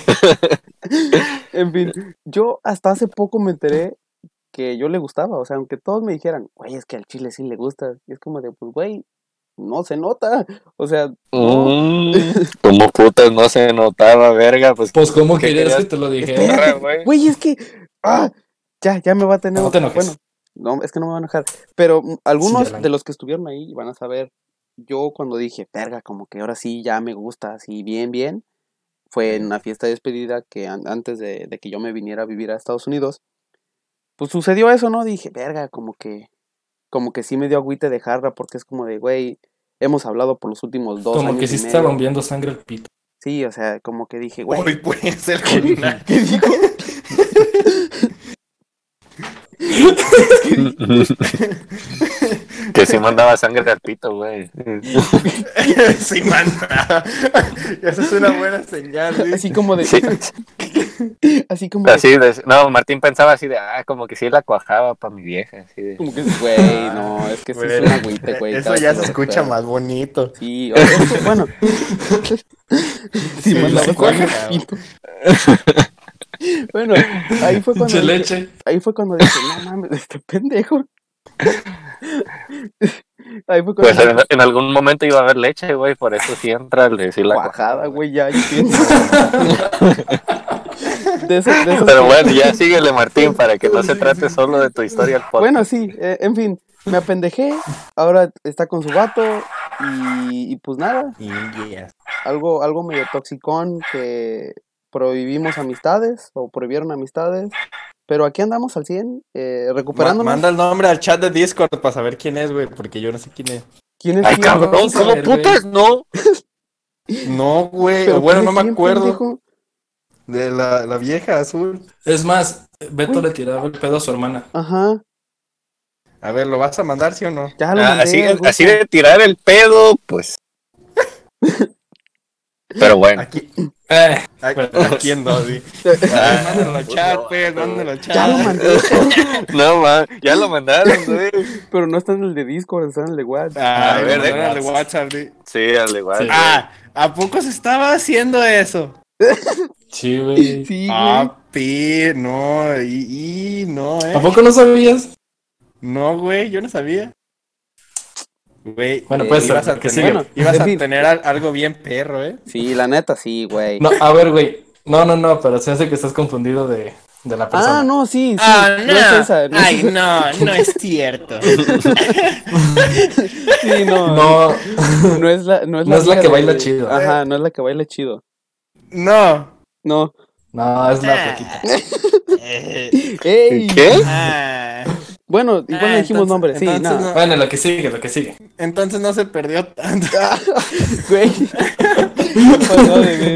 Speaker 1: En fin, yo hasta hace poco me enteré que yo le gustaba, o sea, aunque todos me dijeran, güey, es que al chile sí le gusta, y es como de, pues, güey, no se nota, o sea,
Speaker 3: Mm, como putas no se notaba, verga, pues.
Speaker 2: Pues, ¿cómo
Speaker 3: ¿Qué
Speaker 2: querías
Speaker 3: querías?
Speaker 2: que te lo dijera?
Speaker 1: espérate,
Speaker 3: perra, güey.
Speaker 1: güey, es que, ah, ya, ya me va a tener,
Speaker 2: No te enojes.
Speaker 1: bueno, no, es que no me va a enojar, pero mm, algunos
Speaker 2: Sí, Alan.
Speaker 1: de los que estuvieron ahí van a saber, yo cuando dije, verga, como que ahora sí ya me gusta, así bien, bien, fue en una fiesta de despedida que an- antes de, de que yo me viniera a vivir a Estados Unidos, pues sucedió eso, ¿no? Dije, verga, como que, como que sí me dio agüite dejarla porque es como de, güey, hemos hablado por los últimos dos
Speaker 2: Como
Speaker 1: años
Speaker 2: que
Speaker 1: y
Speaker 2: sí
Speaker 1: medio".
Speaker 2: está rompiendo sangre el pito.
Speaker 1: Sí, o sea, como que dije, güey,
Speaker 5: Uy, pues el criminal.
Speaker 1: ¿qué digo?
Speaker 3: que sí mandaba sangre al pito, güey.
Speaker 5: Sí, manda. Esa es una buena señal, güey.
Speaker 1: Así como de,
Speaker 3: Sí,
Speaker 1: así como de,
Speaker 3: así de- no, Martín pensaba así de, ah, como que sí la cuajaba para mi vieja, así de.
Speaker 1: como que, güey, no, es que sí es un
Speaker 5: Bueno,
Speaker 1: agüite, güey.
Speaker 5: Eso
Speaker 1: cada
Speaker 5: ya
Speaker 1: que
Speaker 5: se
Speaker 1: lo
Speaker 5: escucha
Speaker 1: recuerdo.
Speaker 5: más bonito.
Speaker 1: Sí, o sea, bueno. sí,
Speaker 5: Sí,
Speaker 1: mandaba
Speaker 5: sí,
Speaker 1: sangre
Speaker 5: cuaja.
Speaker 1: al pito. Bueno, ahí fue cuando
Speaker 2: Pinche
Speaker 1: dije-
Speaker 2: leche.
Speaker 1: ahí fue cuando dije, no mames, este pendejo. ahí fue cuando
Speaker 3: Pues
Speaker 1: dije,
Speaker 3: en, en algún momento iba a haber leche, güey, por eso sí entra el decir la cuajada.
Speaker 1: cuajada, güey, ya entiendo. de eso, de esos
Speaker 3: Pero
Speaker 1: que-
Speaker 3: bueno, ya síguele, Martín, para que no se trate solo de tu historia al podcast.
Speaker 1: Bueno, sí, eh, en fin, me apendejé, ahora está con su vato y, y pues nada,
Speaker 4: Y yes.
Speaker 1: algo, algo medio toxicón que prohibimos amistades o prohibieron amistades, pero aquí andamos al 100, eh,
Speaker 4: Ma-
Speaker 1: recuperándonos.
Speaker 4: Manda el nombre al chat de Discord para saber quién es, güey, porque yo no sé quién es.
Speaker 1: ¿Quién es
Speaker 3: Ay,
Speaker 1: quién?
Speaker 3: cabrón,
Speaker 2: Vamos a
Speaker 3: ¿cómo
Speaker 2: ver,
Speaker 3: putas? No.
Speaker 4: No, güey,
Speaker 1: ¿Pero
Speaker 4: bueno,
Speaker 1: quién
Speaker 4: no
Speaker 1: es
Speaker 4: me
Speaker 1: quién,
Speaker 4: acuerdo.
Speaker 1: pendejo?
Speaker 5: De la, la vieja azul.
Speaker 2: Es más, Beto
Speaker 1: Uy.
Speaker 2: le tiraba el pedo a su hermana.
Speaker 1: Ajá,
Speaker 4: A ver, ¿lo vas a mandar, sí o no?
Speaker 1: ya lo
Speaker 3: Ah,
Speaker 1: mandé
Speaker 3: así,
Speaker 1: al grupo.
Speaker 3: así de tirar el pedo, pues. Pero bueno.
Speaker 5: Aquí.
Speaker 2: Eh,
Speaker 5: ¿A,
Speaker 2: Bueno.
Speaker 5: ¿a quién no? Sí.
Speaker 4: Ah, Mándalo al chat, pues, mándalo al
Speaker 1: Ya lo
Speaker 4: chat.
Speaker 1: mandé,
Speaker 3: No, ma, ya lo mandaron, güey.
Speaker 1: pero no está en el de Discord, está en el de WhatsApp.
Speaker 4: Ah,
Speaker 3: A
Speaker 4: a
Speaker 3: ver,
Speaker 4: ver,
Speaker 3: déjalo.
Speaker 4: al WhatsApp. di.
Speaker 3: Sí, al igual.
Speaker 2: Sí.
Speaker 3: güey.
Speaker 4: Ah, ¿a poco se estaba haciendo eso?
Speaker 2: sí, güey.
Speaker 1: Sí, güey.
Speaker 4: Ah, pi, no, y, y no, eh.
Speaker 2: ¿Tampoco no sabías?
Speaker 4: No, güey, yo no sabía. Güey,
Speaker 2: Bueno,
Speaker 1: Eh,
Speaker 2: pues,
Speaker 4: ibas a
Speaker 2: que
Speaker 4: tener,
Speaker 2: sigue.
Speaker 1: bueno.
Speaker 4: ibas a
Speaker 1: En fin.
Speaker 4: tener al- algo bien perro, eh.
Speaker 1: Sí, la neta, sí, güey.
Speaker 2: No, a ver, güey. No, no, no, pero se hace que estás confundido de, de la persona.
Speaker 1: ah, no, sí, sí. no. es esa, no es esa.
Speaker 4: no, no es cierto.
Speaker 1: Sí, no,
Speaker 2: No,
Speaker 1: No es la, no es
Speaker 2: No es la
Speaker 1: amiga
Speaker 2: que baila chido.
Speaker 1: Ajá, no es la que baila chido.
Speaker 4: no,
Speaker 1: No,
Speaker 2: No, es la plaquita.
Speaker 1: Eh, ¡Ey!
Speaker 3: ¿Qué?
Speaker 1: ah. Bueno, igual
Speaker 4: Ah,
Speaker 1: le dijimos
Speaker 4: entonces-
Speaker 1: nombre, sí,
Speaker 4: entonces
Speaker 1: nada.
Speaker 4: no-
Speaker 2: Bueno, lo que sigue, lo que sigue.
Speaker 4: Entonces no se perdió tanto.
Speaker 1: Güey. Pasado de ver.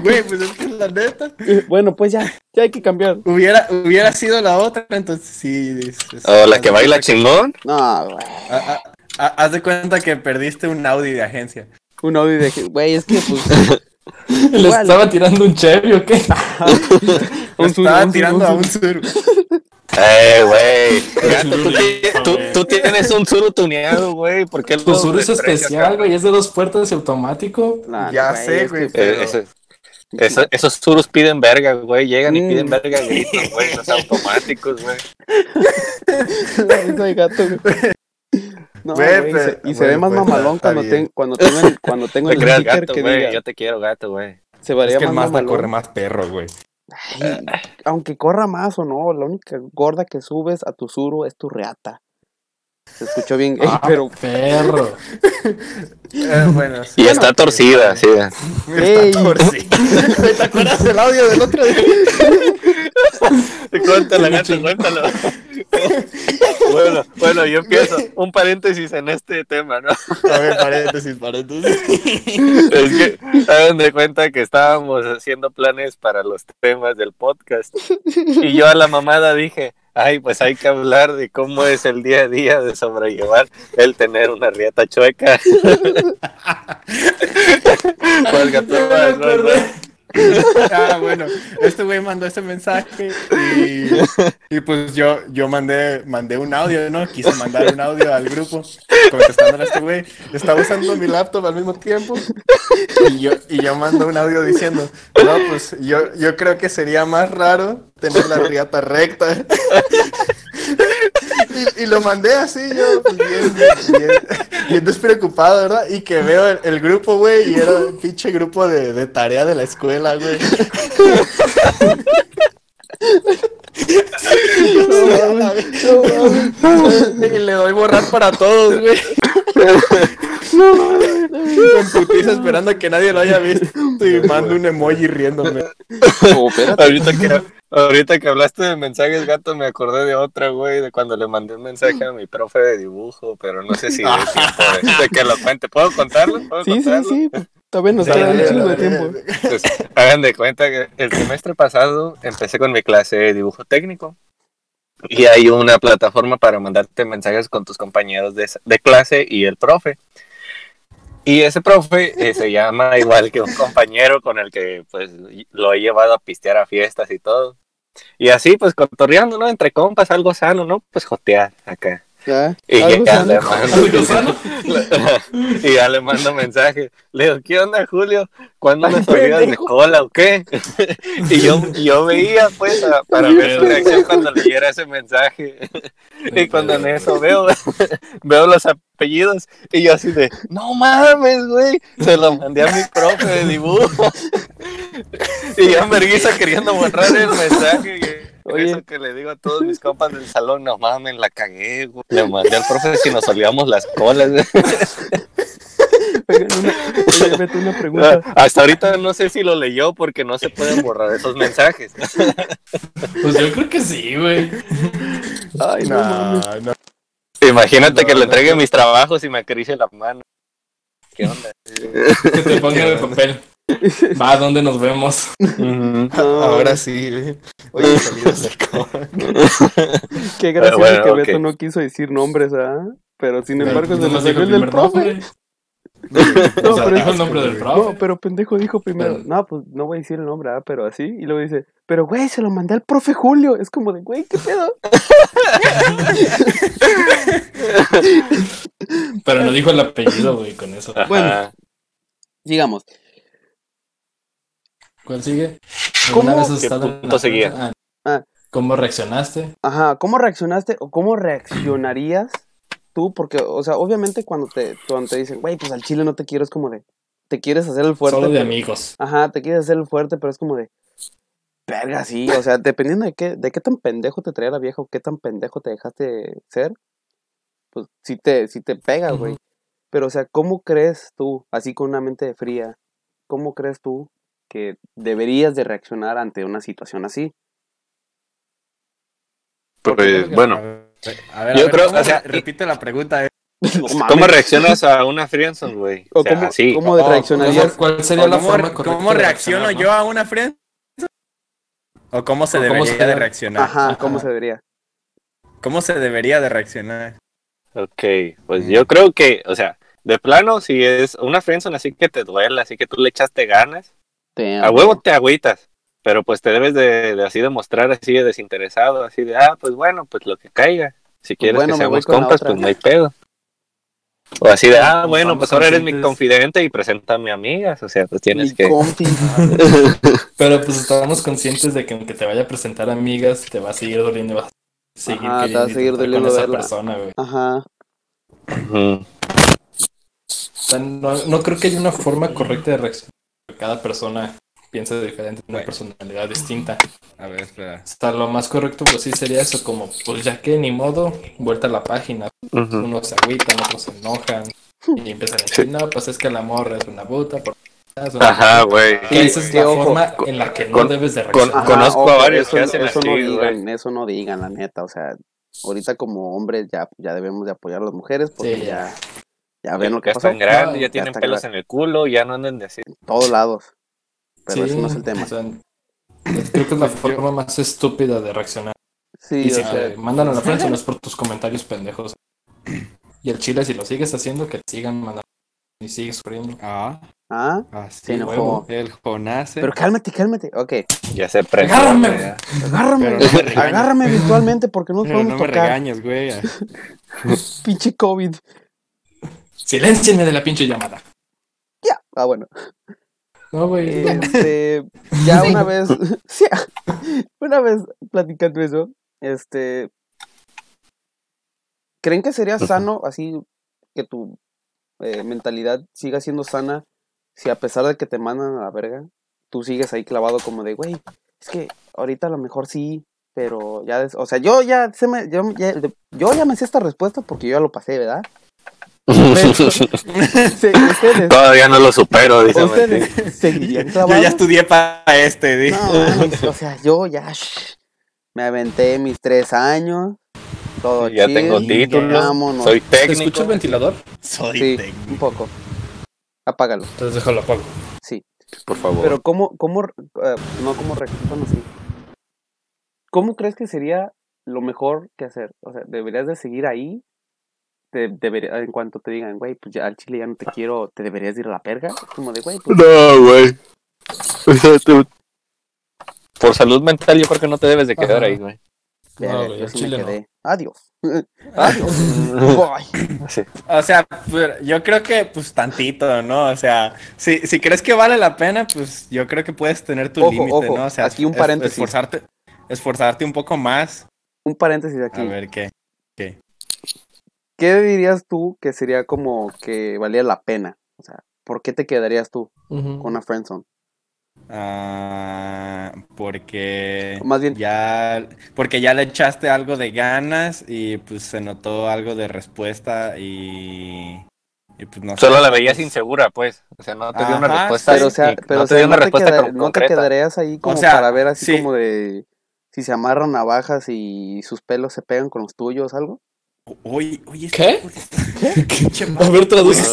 Speaker 4: Güey, pues es que la neta.
Speaker 1: bueno, pues ya, ya hay que cambiar.
Speaker 4: Hubiera, hubiera sido la otra, entonces sí. dices-
Speaker 3: O Oh, la que
Speaker 4: haz-
Speaker 3: baila chingón.
Speaker 1: No, güey.
Speaker 4: ha- ha- ha- Haz de cuenta que perdiste un Audi de agencia.
Speaker 1: Un Audi de que- güey, es que pues
Speaker 2: ¿Le
Speaker 1: Igual. Ah,
Speaker 2: estaba tirando un Chevy o qué?
Speaker 4: Lo
Speaker 1: Un sur,
Speaker 4: estaba
Speaker 1: un sur,
Speaker 4: tirando
Speaker 1: un
Speaker 4: a
Speaker 1: sur.
Speaker 4: un sur.
Speaker 3: Eh, güey. Gato, tú,
Speaker 2: Luli,
Speaker 3: ti-
Speaker 2: por
Speaker 3: tú-
Speaker 2: favor.
Speaker 3: tú tienes un suru tuneado, güey. ¿Por qué
Speaker 2: Tu
Speaker 3: lo
Speaker 2: sur es
Speaker 3: desprecias,
Speaker 2: especial, güey. Es de dos puertas y automático.
Speaker 1: no,
Speaker 5: Ya sé,
Speaker 1: es que-
Speaker 5: güey.
Speaker 3: Eh, eso- eso- esos surus piden verga, güey. Llegan y
Speaker 1: Mm.
Speaker 3: piden verga y gritan, güey. Los automáticos, güey.
Speaker 1: Eso de gato, güey. No,
Speaker 5: Güey,
Speaker 1: güey, y se,
Speaker 5: pero-
Speaker 1: y se ve
Speaker 5: bueno,
Speaker 1: más
Speaker 5: pues,
Speaker 1: mamalón
Speaker 5: está
Speaker 1: cuando,
Speaker 5: bien.
Speaker 1: ten- cuando tengo el, cuando tengo
Speaker 3: Te
Speaker 1: el
Speaker 3: creas
Speaker 1: sticker
Speaker 3: gato,
Speaker 1: que
Speaker 3: güey.
Speaker 1: diga,
Speaker 3: Yo te quiero gato, güey.
Speaker 1: se varía
Speaker 4: Es que el
Speaker 1: más
Speaker 4: Mazda
Speaker 1: mamalón.
Speaker 4: corre más perro, güey.
Speaker 1: Ay, aunque corra más o no, la única gorda que subes a tu suru es tu reata. Se escuchó bien gay,
Speaker 2: Ah,
Speaker 1: pero
Speaker 2: perro.
Speaker 4: Eh, bueno, sí.
Speaker 3: Y está torcida, sí.
Speaker 1: Ey.
Speaker 4: Está torcida. ¿Te acuerdas del audio del otro día?
Speaker 3: Cuéntala, gato, cuéntalo. bueno, bueno, yo empiezo. Un paréntesis en este tema, ¿no?
Speaker 4: A ver, paréntesis, paréntesis.
Speaker 3: Es que hagan de cuenta que estábamos haciendo planes para los temas del podcast. Y yo a la mamada dije, ay, pues hay que hablar de cómo es el día a día de sobrellevar el tener una riata chueca. Porque tú vas, vas, vas.
Speaker 4: Ah, bueno, este güey mandó este mensaje y, y pues yo, yo mandé, mandé un audio, ¿no? Quise mandar un audio al grupo contestándole a este güey. Estaba usando mi laptop al mismo tiempo y yo, y yo mando un audio diciendo, no, pues yo, yo creo que sería más raro tener la riata recta. Y, y lo mandé así, yo pues, bien, bien, bien despreocupado, ¿verdad? Y que veo el, el grupo, güey, y era un pinche grupo de, de tarea de la escuela, güey. y le doy borrar para todos, güey. Con putiza esperando a que nadie lo haya visto y mando un emoji riéndome.
Speaker 1: Espérate.
Speaker 3: Ahorita que, ahorita que hablaste de mensajes, gato, me acordé de otra, güey, de cuando le mandé un mensaje a mi profe de dibujo, pero no sé si de, tiempo de- de que lo cuente. ¿Puedo contarlo? ¿Puedo
Speaker 1: Sí, sí,
Speaker 3: contarlo?
Speaker 1: sí. pues, Todavía nos
Speaker 2: Sí,
Speaker 1: queda un
Speaker 2: sí,
Speaker 1: chingo de
Speaker 2: sí.
Speaker 1: tiempo.
Speaker 3: Pues, hagan de cuenta que el semestre pasado empecé con mi clase de dibujo técnico y hay una plataforma para mandarte mensajes con tus compañeros de, de clase y el profe. Y ese profe eh, se llama igual que un compañero con el que pues lo he llevado a pistear a fiestas y todo. Y así pues cotorreando, ¿no? Entre compas, algo sano, ¿no? Pues jotear acá.
Speaker 1: Ya,
Speaker 3: Y
Speaker 1: algo
Speaker 3: ya
Speaker 1: sano.
Speaker 3: le mando- y ya le mando mensaje. Le digo, ¿qué onda, Julio? ¿Cuándo
Speaker 1: Ay,
Speaker 3: nos olvidas de
Speaker 1: pendejo.
Speaker 3: cola o qué? y yo, yo veía, pues, a- para
Speaker 2: Ay,
Speaker 3: ver su
Speaker 2: pendejo.
Speaker 3: reacción cuando leyera ese mensaje. y cuando en eso veo, veo los apellidos y yo así de, no mames, güey. Se lo mandé a mi profe de dibujo. y yo me queriendo borrar el mensaje. y-
Speaker 1: Oye.
Speaker 3: Eso que le digo a todos mis compas del salón, no mames, la cagué, güey. Le mandé al profe si nos olvidamos las colas, güey.
Speaker 1: Oigan, una, oye, Beto, una pregunta.
Speaker 3: Ah, Hasta ahorita no sé si lo leyó porque no se pueden borrar esos mensajes.
Speaker 2: Pues yo creo que sí, güey.
Speaker 1: Ay, no, mames.
Speaker 4: No, no.
Speaker 3: Imagínate
Speaker 4: No,
Speaker 3: que le
Speaker 4: no.
Speaker 3: entregue mis trabajos y me acaricie la mano. ¿Qué onda?
Speaker 2: Que te ponga de papel. Va, ¿dónde nos vemos?
Speaker 1: No,
Speaker 4: Ahora sí, güey. Oye, salidas del coro.
Speaker 1: Qué gracioso
Speaker 3: bueno,
Speaker 1: que
Speaker 3: ok.
Speaker 1: Beto no quiso decir nombres, ¿ah? Pero sin embargo, se
Speaker 2: Nomás
Speaker 1: nos
Speaker 2: dijo
Speaker 1: dijo el del
Speaker 2: primer
Speaker 1: profe.
Speaker 2: nombre.
Speaker 1: No,
Speaker 2: O sea,
Speaker 1: pero
Speaker 2: dijo
Speaker 1: es-
Speaker 2: el nombre del
Speaker 1: No,
Speaker 2: profe.
Speaker 1: pero pendejo dijo primero.
Speaker 2: Pero-
Speaker 1: No, pues no voy a decir el nombre, ¿ah? Pero así. Y luego dice, pero güey, se lo mandé al profe Julio. Es como de, güey, ¿qué pedo?
Speaker 2: Pero no dijo el apellido, güey, con eso.
Speaker 3: Ah.
Speaker 1: Bueno. Digamos,
Speaker 2: ¿Cuál sigue?
Speaker 1: ¿Cómo?
Speaker 2: ¿Alguna vez has
Speaker 3: ¿Qué
Speaker 2: estado en la
Speaker 3: punto seguía?
Speaker 2: plaza?
Speaker 1: Ah.
Speaker 2: Ah. ¿Cómo reaccionaste?
Speaker 1: Ajá, ¿cómo reaccionaste o cómo reaccionarías tú? Porque, o sea, obviamente cuando te, cuando te dicen, güey, pues al chile no te quiero, es como de, te quieres hacer el fuerte.
Speaker 2: Solo de
Speaker 1: pero-
Speaker 2: amigos.
Speaker 1: Ajá, te quieres hacer el fuerte, pero es como de, verga, sí, o sea, dependiendo de qué, de qué tan pendejo te traía la vieja o qué tan pendejo te dejaste ser, pues sí te, sí te pega, güey.
Speaker 2: Ujú.
Speaker 1: Pero, o sea, ¿cómo crees tú, así con una mente fría, cómo crees tú que deberías de reaccionar ante una situación así.
Speaker 3: Pues bueno,
Speaker 4: A ver,
Speaker 3: Yo
Speaker 4: a ver,
Speaker 3: creo-
Speaker 4: ¿cómo
Speaker 3: o sea,
Speaker 4: re- repite la pregunta. eh?
Speaker 1: No
Speaker 3: ¿cómo
Speaker 1: mames.
Speaker 3: reaccionas a una friendzone, güey?
Speaker 1: ¿O
Speaker 3: O sea,
Speaker 1: cómo-
Speaker 3: así.
Speaker 1: cómo
Speaker 4: No,
Speaker 1: reaccionarías?
Speaker 2: ¿Cuál sería la
Speaker 4: ¿Cómo,
Speaker 2: forma
Speaker 4: re-
Speaker 2: correcta?
Speaker 4: cómo
Speaker 2: de
Speaker 4: reacciono
Speaker 2: reaccionar,
Speaker 4: yo a una friend? ¿O cómo se
Speaker 2: ¿O cómo
Speaker 4: debería
Speaker 2: se-
Speaker 4: de reaccionar?
Speaker 1: Ajá, ¿cómo se debería?
Speaker 4: ¿Cómo se debería de reaccionar?
Speaker 3: Ok, pues yo creo que, o sea, de plano, si es una friendzone así que te duela, así que tú le echaste ganas, a huevo te agüitas, pero pues te debes de, de así demostrar así de desinteresado, así de, ah, pues bueno, pues lo que caiga. Si quieres
Speaker 1: Pues, bueno,
Speaker 3: que
Speaker 1: me voy
Speaker 3: seamos
Speaker 1: con la
Speaker 3: compas,
Speaker 1: otra.
Speaker 3: pues no hay pedo. O así de, ah, bueno,
Speaker 2: Somos
Speaker 3: pues ahora eres mi
Speaker 2: conscientes.
Speaker 3: confidente y preséntame a amigas, o sea, pues tienes
Speaker 1: Mi
Speaker 3: que...
Speaker 1: compi.
Speaker 2: Pero pues estamos conscientes de que aunque te vaya a presentar amigas, te va a seguir doliendo. y Vas a
Speaker 1: Ajá, te
Speaker 2: seguir
Speaker 1: va a
Speaker 2: queriendo
Speaker 1: seguir
Speaker 2: intentar
Speaker 1: doliendo
Speaker 2: con esa
Speaker 1: verla.
Speaker 2: persona, güey.
Speaker 1: Ajá.
Speaker 3: Ujú.
Speaker 2: O sea, no, no creo que haya una forma correcta de reaccionar. Cada persona piensa diferente, tiene
Speaker 4: Bueno.
Speaker 2: una personalidad distinta.
Speaker 4: A ver, espera.
Speaker 2: O sea, lo más correcto pues sí sería eso, como pues ya que ni modo, vuelta a la página.
Speaker 3: Ujú.
Speaker 2: Unos se agüitan, otros se enojan y empiezan a decir, no, pues es que la morra es una puta. por- es una
Speaker 3: Ajá, güey.
Speaker 2: Que esa es
Speaker 1: Sí,
Speaker 2: la
Speaker 1: ojo.
Speaker 2: forma en la que no
Speaker 3: Con-
Speaker 2: debes de
Speaker 3: con-
Speaker 2: reaccionar.
Speaker 3: Conozco a varios
Speaker 1: eso,
Speaker 3: que hacen
Speaker 1: eso no
Speaker 3: así,
Speaker 1: digan, eso no digan, la neta. O sea, ahorita como hombres ya, ya debemos de apoyar a las mujeres porque
Speaker 2: Sí.
Speaker 1: ya, ya ven lo
Speaker 3: Ya
Speaker 1: que pasó Ah,
Speaker 3: están grandes,
Speaker 2: No,
Speaker 3: ya
Speaker 2: ya
Speaker 3: tienen
Speaker 1: están
Speaker 3: pelos en el culo, ya no anden de así.
Speaker 1: en todos lados. Pero
Speaker 2: Sí,
Speaker 1: ese no es el tema.
Speaker 2: o sea, creo que es la forma más estúpida de reaccionar.
Speaker 1: Sí,
Speaker 2: Y
Speaker 1: o
Speaker 2: si
Speaker 1: sea,
Speaker 2: te mandan a la prensa no es por tus comentarios pendejos. Y el chile, si lo sigues haciendo, que te sigan mandando y sigues sufriendo.
Speaker 4: Ah,
Speaker 1: ah, se
Speaker 4: así.
Speaker 1: enojó.
Speaker 2: huevo.
Speaker 4: el Jonase.
Speaker 1: Pero cálmate, cálmate. Ok,
Speaker 3: Ya se prende.
Speaker 1: agárrame.
Speaker 3: güey.
Speaker 4: Pero no
Speaker 2: Agárrame.
Speaker 4: me regañes.
Speaker 1: agárrame virtualmente porque no nos
Speaker 4: Pero
Speaker 1: podemos
Speaker 4: no me
Speaker 1: tocar.
Speaker 4: regañes, güey.
Speaker 1: Pinche COVID.
Speaker 2: Siléncienme de la pinche llamada.
Speaker 1: Ya. Ah, bueno.
Speaker 2: No, güey.
Speaker 4: Eh,
Speaker 2: no.
Speaker 1: Este, ya una vez, sí, una vez platicando eso, este, ¿creen que sería sano así que tu eh, mentalidad siga siendo sana si a pesar de que te mandan a la verga, tú sigues ahí clavado como de, güey, es que ahorita a lo mejor sí, pero ya, des- o sea, yo ya, se me, yo, ya, yo ya me sé esta respuesta porque yo ya lo pasé, ¿verdad? Pero, sí, ustedes,
Speaker 3: Todavía no lo supero, dice Martín.
Speaker 1: ustedes seguirían
Speaker 4: Yo
Speaker 1: clavados.
Speaker 4: ya estudié para este, di.
Speaker 1: No, mames, o sea, yo ya shh, me aventé mis tres años, todo
Speaker 3: Ya
Speaker 1: chido,
Speaker 3: tengo
Speaker 2: Chingue,
Speaker 3: título,
Speaker 1: vámonos.
Speaker 3: soy
Speaker 2: ¿Te escucha
Speaker 3: técnico.
Speaker 2: el ventilador?
Speaker 4: Soy
Speaker 1: sí,
Speaker 4: técnico.
Speaker 1: un poco. Apágalo,
Speaker 2: Entonces déjalo apago.
Speaker 1: sí.
Speaker 3: Por favor.
Speaker 1: Pero cómo, cómo, eh, no cómo reclutan así. ¿Cómo crees que sería lo mejor que hacer? O sea, deberías de seguir ahí. Te debería- en cuanto te digan, güey, pues ya al chile ya no
Speaker 2: Ah.
Speaker 1: te quiero, te deberías de ir a la perga. Es como de, güey, pues
Speaker 3: No, güey. O sea, tú- Por salud mental, yo creo que no te debes de quedar
Speaker 2: Ajá.
Speaker 3: ahí, güey.
Speaker 2: No,
Speaker 1: verga,
Speaker 2: güey,
Speaker 1: yo
Speaker 2: al
Speaker 1: sí me
Speaker 2: chile no.
Speaker 1: quedé. Adiós. Adiós. Bye.
Speaker 4: O sea, pues, yo creo que pues tantito, ¿no? O sea, si, si crees que vale la pena, pues yo creo que puedes tener tu
Speaker 1: Ojo,
Speaker 4: límite,
Speaker 1: ojo,
Speaker 4: ¿no? O sea,
Speaker 1: aquí un
Speaker 4: es-
Speaker 1: paréntesis.
Speaker 4: Esforzarte, esforzarte un poco más.
Speaker 1: Un paréntesis
Speaker 4: A
Speaker 1: aquí.
Speaker 4: ver qué.
Speaker 1: ¿qué dirías tú que sería como que valía la pena? O sea, ¿por qué te quedarías tú
Speaker 2: Ujú.
Speaker 1: con una friendzone?
Speaker 4: Ah, porque
Speaker 1: Más bien-
Speaker 4: ya porque ya le echaste algo de ganas y pues se notó algo de respuesta y, y, pues no sé.
Speaker 3: Solo la veías insegura, pues. O sea, no te dio una
Speaker 4: Ajá,
Speaker 3: respuesta.
Speaker 1: Pero, o
Speaker 3: y-
Speaker 1: sea,
Speaker 3: y
Speaker 1: pero,
Speaker 3: no
Speaker 1: o
Speaker 3: te
Speaker 1: sea,
Speaker 3: dio una
Speaker 1: no, te
Speaker 3: respuesta
Speaker 1: queda-
Speaker 3: tan
Speaker 1: no te
Speaker 3: concreta.
Speaker 1: quedarías ahí como
Speaker 4: sea,
Speaker 1: para ver así
Speaker 4: sí.
Speaker 1: como de si se amarran navajas y sus pelos se pegan con los tuyos, algo.
Speaker 4: Oye, oye, este
Speaker 2: ¿Qué?
Speaker 4: güey-
Speaker 2: A ver, traduces.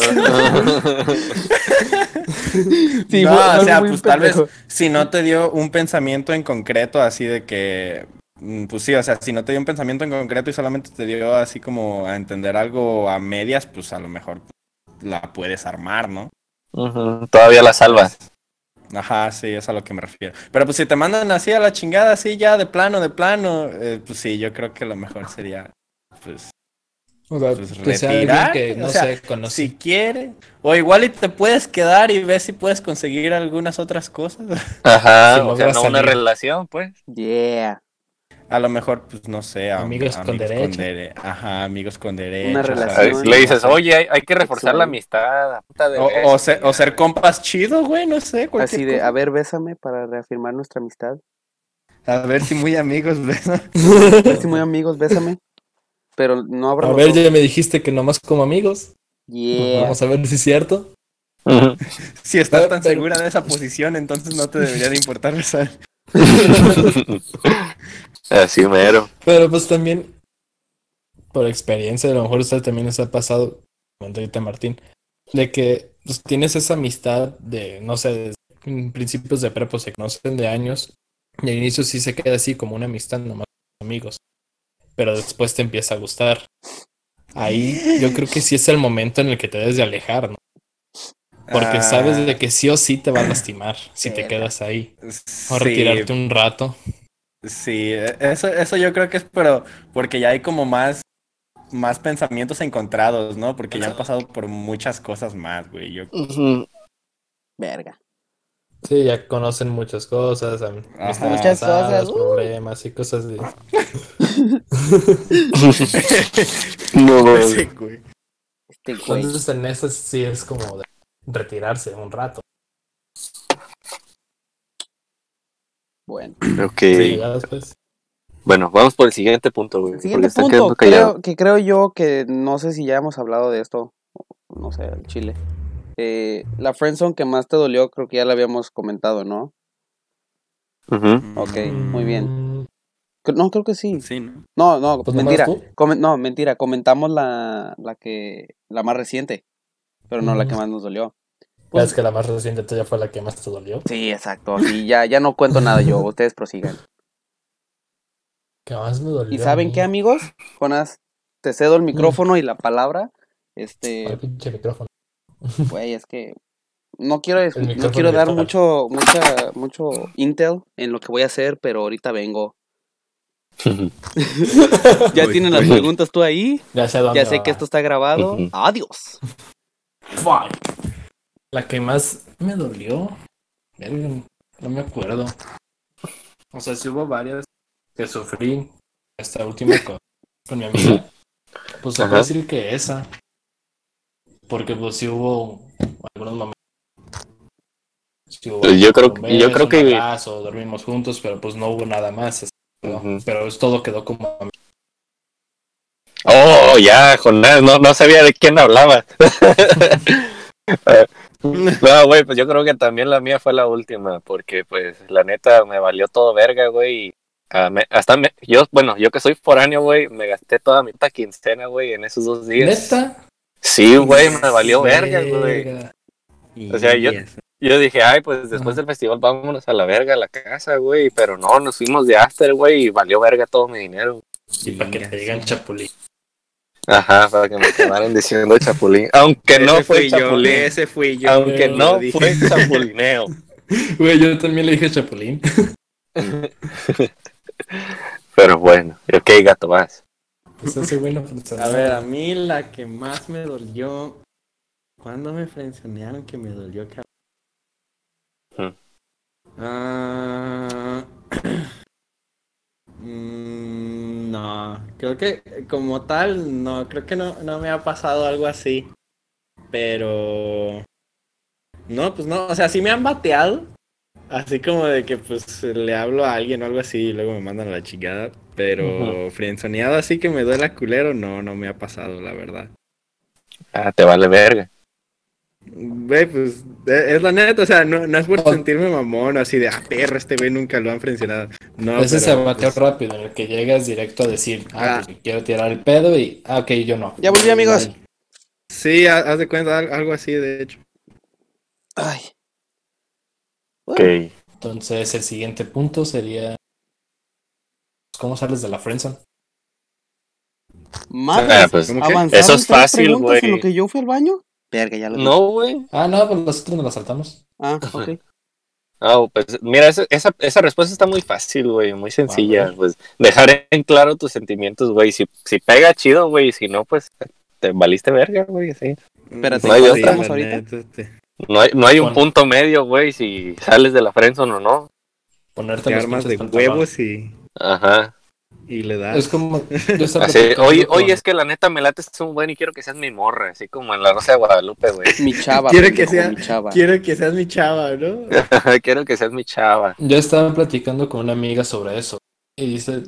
Speaker 4: no, o sea, pues tal vez si no te dio un pensamiento en concreto, así de que, mm, pues sí, o sea, si no te dio un pensamiento en concreto y solamente te dio así como a entender algo a medias, pues a lo mejor la puedes armar, ¿no?
Speaker 3: Ujú, Todavía la salvas.
Speaker 4: Ajá, sí, es a lo que me refiero. Pero pues si te mandan así a la chingada, así ya de plano, de plano, eh, pues sí, yo creo que lo mejor sería, pues,
Speaker 2: O sea,
Speaker 4: Pues
Speaker 2: que sea alguien
Speaker 4: retirar,
Speaker 2: que no
Speaker 4: o sea,
Speaker 2: se conoce.
Speaker 4: si quieres, o igual y te puedes quedar y ves si puedes conseguir algunas otras cosas.
Speaker 3: Ajá.
Speaker 2: Si
Speaker 3: o sea,
Speaker 2: logras
Speaker 3: no una
Speaker 2: salir.
Speaker 3: relación, pues.
Speaker 1: Yeah.
Speaker 4: A lo mejor, pues no sé, a-
Speaker 2: Amigos con derecho.
Speaker 4: dere- Ajá, amigos con derecho.
Speaker 1: Una
Speaker 4: o sea,
Speaker 1: relación.
Speaker 4: sí,
Speaker 3: Le dices,
Speaker 4: no sé.
Speaker 3: oye, hay, hay que reforzar
Speaker 1: Sexual.
Speaker 3: la amistad. a puta de
Speaker 4: O,
Speaker 3: ver".
Speaker 4: o ser, o ser compas chido, güey, no sé. cualquier
Speaker 1: Así de, ah,
Speaker 4: cosa.
Speaker 1: a ver, bésame para reafirmar nuestra amistad.
Speaker 4: a ver si muy amigos, ¿verdad?
Speaker 1: Sí, muy amigos, bésame. Pero no abran
Speaker 2: A
Speaker 1: los
Speaker 2: ver,
Speaker 1: ojos.
Speaker 2: ya me dijiste que nomás como amigos.
Speaker 1: Yeah.
Speaker 2: Vamos a ver si es cierto.
Speaker 3: Ujú.
Speaker 4: Si estás
Speaker 2: Pero-
Speaker 4: tan
Speaker 2: pero-
Speaker 4: segura de esa posición, entonces no te debería de importar besar.
Speaker 3: Así mero.
Speaker 2: Pero pues también, por experiencia, a lo mejor a usted también les ha pasado, comentó ahorita Martín, de que pues, tienes esa amistad de, no sé, de- en principios de prepo se conocen de años, y al inicio sí se queda así como una amistad nomás de amigos, pero después te empieza a gustar. Ahí yo creo que sí es el momento en el que te debes de alejar, ¿no? Porque
Speaker 4: Ah,
Speaker 2: sabes de que sí o sí te va a lastimar si te
Speaker 4: sí.
Speaker 2: quedas
Speaker 4: sí,
Speaker 2: ahí.
Speaker 4: pues,
Speaker 2: O retirarte un rato.
Speaker 4: Sí, e- eso, eso yo creo que es, pero porque ya hay como más, más pensamientos encontrados, ¿no? Porque ya han pasado por muchas cosas más, güey. Yo,
Speaker 1: Verga.
Speaker 2: Sí, ya conocen muchas cosas, am-
Speaker 4: Ajá.
Speaker 2: amistades
Speaker 6: Muchas
Speaker 2: pasadas,
Speaker 6: cosas, uh.
Speaker 2: problemas y cosas de...
Speaker 3: No,
Speaker 4: Sí,
Speaker 3: güey.
Speaker 4: güey.
Speaker 1: Este güey.
Speaker 2: Entonces en eso sí es como de retirarse un rato.
Speaker 1: Bueno.
Speaker 3: Ok.
Speaker 2: Sí, ya después.
Speaker 3: Bueno, vamos por el siguiente punto, güey. porque
Speaker 1: Siguiente
Speaker 3: está
Speaker 1: punto,
Speaker 3: pues, quedando callado.
Speaker 1: creo, que creo yo que no sé si ya hemos hablado de esto, no sé, en Chile. Eh, la friendzone que más te dolió, creo que ya la habíamos comentado, ¿no?
Speaker 3: Ujú.
Speaker 1: Ok,
Speaker 2: Mm,
Speaker 1: muy bien. Cre- No, creo que sí.
Speaker 4: Sí, ¿no?
Speaker 1: No, no,
Speaker 2: Pues, ¿no
Speaker 1: mentira.
Speaker 2: eras tú?
Speaker 1: Comen- no, mentira. Comentamos la, la que la más reciente, pero no la que
Speaker 2: Ujú.
Speaker 1: más nos dolió.
Speaker 2: Ya es que la más reciente tuya fue la que más te dolió.
Speaker 1: Sí, exacto. Y ya, ya no cuento nada yo. Ustedes prosigan.
Speaker 2: Que más me dolió.
Speaker 1: ¿Y
Speaker 2: a
Speaker 1: saben
Speaker 2: mí.
Speaker 1: qué, amigos? Jonas, te cedo el micrófono y la palabra. Este,
Speaker 2: Ay, pinche micrófono.
Speaker 1: Güey, es que no quiero, es-
Speaker 2: El
Speaker 1: no
Speaker 2: micrófono
Speaker 1: quiero dar
Speaker 2: virtual.
Speaker 1: mucho, mucha, mucho intel en lo que voy a hacer, pero ahorita vengo. Ya
Speaker 4: Uy,
Speaker 1: tienen las
Speaker 3: uy.
Speaker 1: preguntas tú ahí.
Speaker 2: Ya sé a dónde
Speaker 1: Ya sé
Speaker 2: va.
Speaker 1: que esto está grabado.
Speaker 3: Ujú.
Speaker 1: Adiós.
Speaker 2: Fuck. La que más me dolió. verga, No me acuerdo. O sea, sí hubo varias que sufrí. Esta última con, con mi amiga. Pues se
Speaker 3: Ajá.
Speaker 2: puede decir que esa. Porque pues sí hubo algunos momentos. sí hubo
Speaker 3: Yo creo-
Speaker 2: un
Speaker 3: yo creo
Speaker 2: un
Speaker 3: que-
Speaker 2: abrazo, dormimos juntos, pero pues no hubo nada más. así, ¿no?
Speaker 3: Ujú.
Speaker 2: Pero es todo quedó como a mí.
Speaker 3: Oh, ya, Jonás, no, no sabía de quién hablaba. no, güey, pues yo creo que también la mía fue la última, porque pues la neta me valió todo verga, güey. y, ah, me- hasta me- yo, bueno, yo que soy foráneo, güey, me gasté toda mi puta quincena, güey, en esos dos días.
Speaker 2: ¿Neta?
Speaker 3: Sí, güey, me valió verga, güey.
Speaker 2: Verga.
Speaker 3: O sea, yo-
Speaker 4: Y eso.
Speaker 3: Yo dije, ay, pues después del festival vámonos a la verga, a la casa, güey. Pero no, nos fuimos de after, güey, y valió verga todo mi dinero.
Speaker 2: Y para que te digan chapulín.
Speaker 3: Ajá, para que me acabaran diciendo chapulín. Aunque no
Speaker 4: Ese
Speaker 3: fue
Speaker 4: fui yo,
Speaker 3: chapulín.
Speaker 4: ese fui yo.
Speaker 3: aunque
Speaker 2: yo
Speaker 3: no
Speaker 4: lo dije.
Speaker 3: fue chapulineo.
Speaker 2: Güey, yo también le dije chapulín.
Speaker 3: Pero bueno, ok, gato, vas.
Speaker 2: Pues ese güey no pensaba.
Speaker 4: A ver, a mí la que más me dolió. ¿Cuándo me frencionearon que me dolió, cabrón?
Speaker 3: Hmm.
Speaker 4: Ah, mm, no, creo que eh, como tal, no, creo que no, no me ha pasado algo así. Pero. No, pues no, o sea, sí me han bateado. Así como de que pues le hablo a alguien o algo así y luego me mandan a la chingada. Pero
Speaker 3: Ujú.
Speaker 4: frenzoneado así que me duela culero, no, no me ha pasado, la verdad.
Speaker 3: Ah, te vale verga.
Speaker 4: Güey, pues e- es la neta, o sea, no, no es por
Speaker 2: Oh.
Speaker 4: sentirme mamón o así de, ah, perro, este güey nunca lo han frencionado. No,
Speaker 2: Ese se
Speaker 4: pero,
Speaker 2: bateó
Speaker 4: pues,
Speaker 2: rápido, en el que llegas directo a decir, ah,
Speaker 4: Ah.
Speaker 2: pues, me quiero tirar el pedo y, ah, ok, yo no.
Speaker 1: Ya volví, amigos.
Speaker 4: Sí, ha- haz de cuenta al- algo así, de hecho.
Speaker 1: Ay,
Speaker 3: Ok.
Speaker 2: Entonces, el siguiente punto sería, ¿cómo sales de la friendzone?
Speaker 1: madres,
Speaker 3: Ah, pues,
Speaker 4: ¿Cómo qué?
Speaker 1: ¿avanzaron
Speaker 3: Eso
Speaker 1: tres
Speaker 3: es fácil,
Speaker 1: preguntas
Speaker 3: güey.
Speaker 1: en lo que yo fui al baño? Verga, ya lo dije.
Speaker 3: No, güey.
Speaker 2: Ah, no, pues nosotros nos la saltamos.
Speaker 1: Ah, ok.
Speaker 3: Ah, pues mira, esa, esa, esa respuesta está muy fácil, güey, muy sencilla. Pues dejar en claro tus sentimientos, güey. Si, si pega, chido, güey. Si no, pues te valiste verga, güey, sí.
Speaker 1: Espérate,
Speaker 3: ¿cuál
Speaker 4: la
Speaker 1: estamos ahorita?
Speaker 4: neta, este, te-
Speaker 3: No hay, no hay un
Speaker 2: Bueno.
Speaker 3: punto medio, güey, si sales de la friendzone o no.
Speaker 2: Ponerte
Speaker 4: Te
Speaker 2: los
Speaker 4: armas de
Speaker 2: pinches
Speaker 4: huevos
Speaker 2: pantalones.
Speaker 4: y,
Speaker 3: Ajá.
Speaker 4: y le das.
Speaker 2: Es como, yo estaba
Speaker 3: Así,
Speaker 2: platicando
Speaker 3: oye,
Speaker 2: con-
Speaker 3: oye, es que la neta me late es un buen y quiero que seas mi morra, así como en la Rosa de Guadalupe, güey.
Speaker 1: Mi chava.
Speaker 4: Quiere que
Speaker 1: pendejo,
Speaker 4: sea-
Speaker 1: Mi chava.
Speaker 4: Quiero que seas mi chava, ¿no?
Speaker 3: quiero que seas mi chava.
Speaker 2: Yo estaba platicando con una amiga sobre eso y dice,